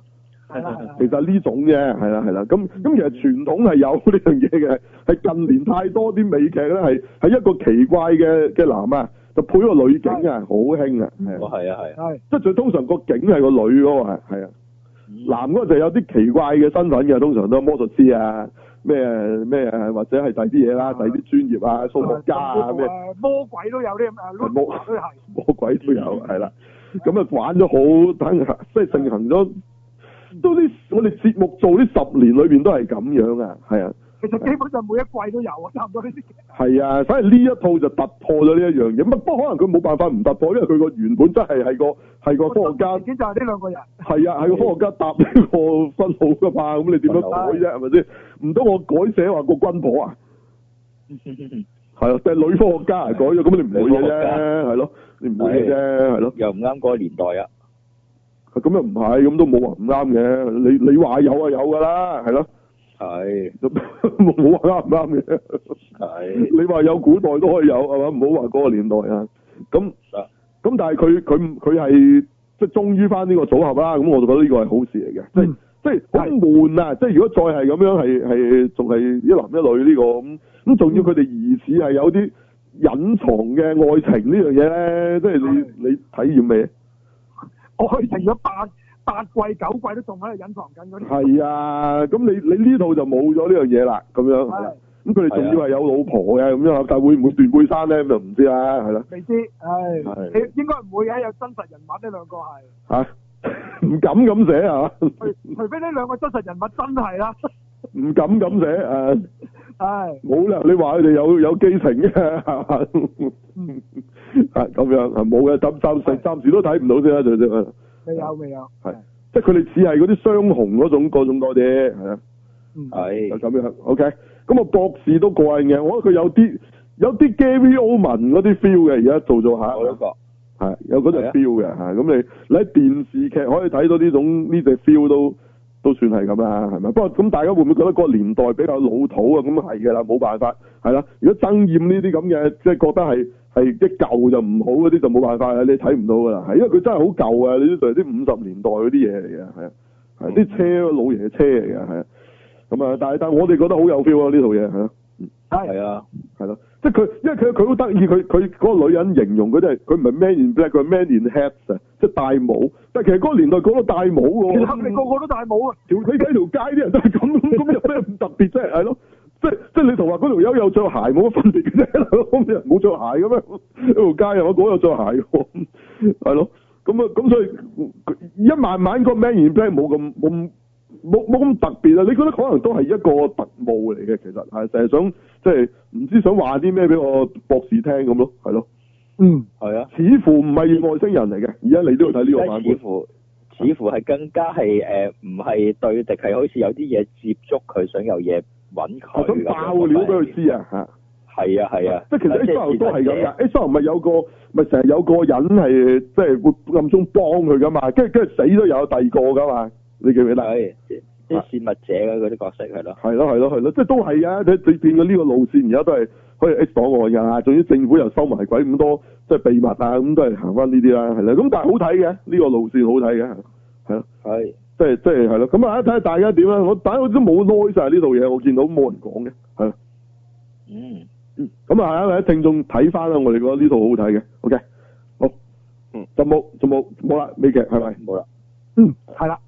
Speaker 3: 係啦係啦
Speaker 1: 其實呢種啫，係啦係啦。咁咁其實傳統係有 呢樣嘢嘅，係近年太多啲美劇咧係係一個奇怪嘅嘅男啊，就配個女警啊，好興啊，係
Speaker 2: 哦
Speaker 1: 啊
Speaker 2: 係啊係啊，
Speaker 3: 係
Speaker 1: 即係最通常個警係個女嗰個係係啊。
Speaker 2: 嗯
Speaker 1: 男嗰個就有啲奇怪嘅身份嘅，通常都係魔術師啊，咩咩啊或者係第啲嘢啦，第啲專業啊，數學家啊，咩
Speaker 3: 誒魔鬼都有啲咁誒，
Speaker 1: 魔
Speaker 3: 都係。
Speaker 1: 魔鬼都有，
Speaker 2: 嗯
Speaker 1: 係啦。咁啊玩咗好，等即係盛行咗，都啲我哋節目做呢十年裏邊都係咁樣啊，係啊，
Speaker 3: 其實基本上每一季都有啊，差唔多呢啲劇。
Speaker 1: 係啊，反而呢一套就突破咗呢一樣嘢，不過可能佢冇辦法唔突破，因為佢個原本真係係個係個科學家
Speaker 3: 事。件就係呢兩個人。
Speaker 1: 係啊，係個科學家答呢個分號噶嘛，咁你點樣改啫？係咪先？唔通我改寫話個軍火啊？係啊，定係女科學家啊改咗，咁你唔會嘅
Speaker 2: 女科學
Speaker 1: 啫，
Speaker 2: 家
Speaker 1: 係咯，你唔會嘅啫，係咯。
Speaker 2: 又唔啱嗰個年代啊，
Speaker 1: 咁又唔係，咁都冇話唔啱嘅。你你話有啊有㗎啦，係咯。
Speaker 2: 係
Speaker 1: 咁冇話啱唔啱嘅。
Speaker 2: 係
Speaker 1: 你話有古代都可以有係嘛？唔好話嗰個年代啊。咁
Speaker 2: 啊
Speaker 1: 咁，但係佢佢佢係即係忠於翻呢個組合啦。咁我就覺得呢個係好事嚟嘅，即係
Speaker 3: 嗯
Speaker 1: 即係好悶啊！即係如果再係咁樣係係仲係一男一女呢、個咁咁，仲要佢哋疑似係有啲隱藏嘅愛情呢樣嘢咧，即係你你體驗未？
Speaker 3: 愛情咗八八季九季都仲喺度隱藏緊嗰啲。
Speaker 1: 係啊，咁你你呢度就冇咗呢樣嘢啦，咁樣係啦
Speaker 3: 係。
Speaker 1: 咁佢哋仲要係有老婆嘅咁樣，但係會唔會斷背山咧？咁就唔知啦，係啦，
Speaker 3: 未知，唉，
Speaker 2: 係
Speaker 3: 你應該唔會嘅，有真實人物呢兩個係，
Speaker 1: 嚇 唔敢咁寫啊，
Speaker 3: 除除非呢兩個真實人物真係啦，
Speaker 1: 唔敢咁寫啊，
Speaker 3: 唉，
Speaker 1: 冇啦！你話佢哋有有基情嘅係嘛
Speaker 3: 嗯，
Speaker 1: 啊咁樣啊冇嘅，暫暫時暫時都睇唔到先啦，最少啊
Speaker 3: 未有未有，
Speaker 1: 係即係佢哋似係嗰啲雙雄嗰種嗰種多啲，係啊。
Speaker 3: 嗯，
Speaker 1: 就
Speaker 2: 係
Speaker 1: 咁樣，OK。咁啊，博士都過癮嘅，我覺得佢有啲有啲 Gary Oldman 嗰啲 feel 嘅，而家做做下，
Speaker 2: 我都覺
Speaker 1: 係有嗰隻
Speaker 2: 係啊
Speaker 1: feel 嘅嚇。咁你你喺電視劇可以睇到呢種呢隻 feel 都都算係咁啦，係咪？不過咁大家會唔會覺得嗰個年代比較老土啊？咁係嘅啦，冇辦法，係啦。如果憎厭呢啲咁嘅，即係覺得係係一舊就唔好嗰啲，就冇辦法啦，你睇唔到噶啦。係因為佢真係好舊啊，你啲啲五十年代嗰啲嘢嚟嘅，係啊，係啲車老爺車嚟嘅，係啊。咁啊，但係但係我哋覺得好有 feel 啊，呢套嘢係咯。
Speaker 3: 係，
Speaker 2: 係啊，
Speaker 1: 係咯，即係佢，因為佢佢好得意，佢佢嗰個女人形容佢都係佢唔係 man in black，佢係 man in hats 啊，即係戴帽。但係其實嗰個年代個個戴帽
Speaker 3: 其
Speaker 1: 嘅
Speaker 3: 實
Speaker 1: 喎，
Speaker 3: 你個個都戴帽啊，
Speaker 1: 條你睇條街啲人都係咁，咁咁有咩咁特別啫？係咯，即係即係你同話嗰條友有着鞋冇乜分別嘅啫，咁啲人冇着鞋嘅咩？喺條街有我嗰個有着鞋嘅喎，係咯，咁啊咁所以佢一慢慢個 man in black 冇咁冇冇冇咁特別啊！你覺得可能都係一個特務嚟嘅，其實係成日想即係唔知想話啲咩俾我博士聽咁咯，係咯，
Speaker 3: 嗯，
Speaker 2: 係啊。
Speaker 1: 似乎唔係外星人嚟嘅，而家你都要睇呢個版
Speaker 2: 似
Speaker 1: 本，
Speaker 2: 乎似乎係更加係誒，唔係對敵，係好似有啲嘢接觸佢，想有嘢揾佢咁
Speaker 1: 係
Speaker 2: 樣。
Speaker 1: 哦想爆料俾佢知啊嚇。
Speaker 2: 係啊係啊，
Speaker 1: 即係其實 H R 都係咁
Speaker 2: 嘅。
Speaker 1: 噶，H R 唔係有個咪成日有個人係即係會暗中幫佢噶嘛，跟住跟住死都有第二個噶嘛，你記唔記得？
Speaker 2: 係啲泄密者嗰啲角色係咯，
Speaker 1: 係咯係咯係咯，即係都係啊！你你變咗呢個路線，而家都係可以 X 檔案㗎啦。總之政府又收埋鬼咁多即係秘密啊，咁都係行翻呢啲啦，係啦。咁但係好睇嘅呢個路線好睇嘅，係咯，
Speaker 2: 係
Speaker 1: 即係即係係咯。咁啊睇下大家點啦。我但係我都冇 noise 啊晒呢套嘢，我見到冇人講嘅，係啦。
Speaker 2: 嗯
Speaker 1: 嗯，咁啊，係啊，聽眾睇翻啦，我哋覺得呢套好睇嘅，OK，好，
Speaker 4: 嗯，
Speaker 1: 就冇就冇冇啦，美劇係咪？
Speaker 2: 冇啦，
Speaker 3: 嗯，係啦，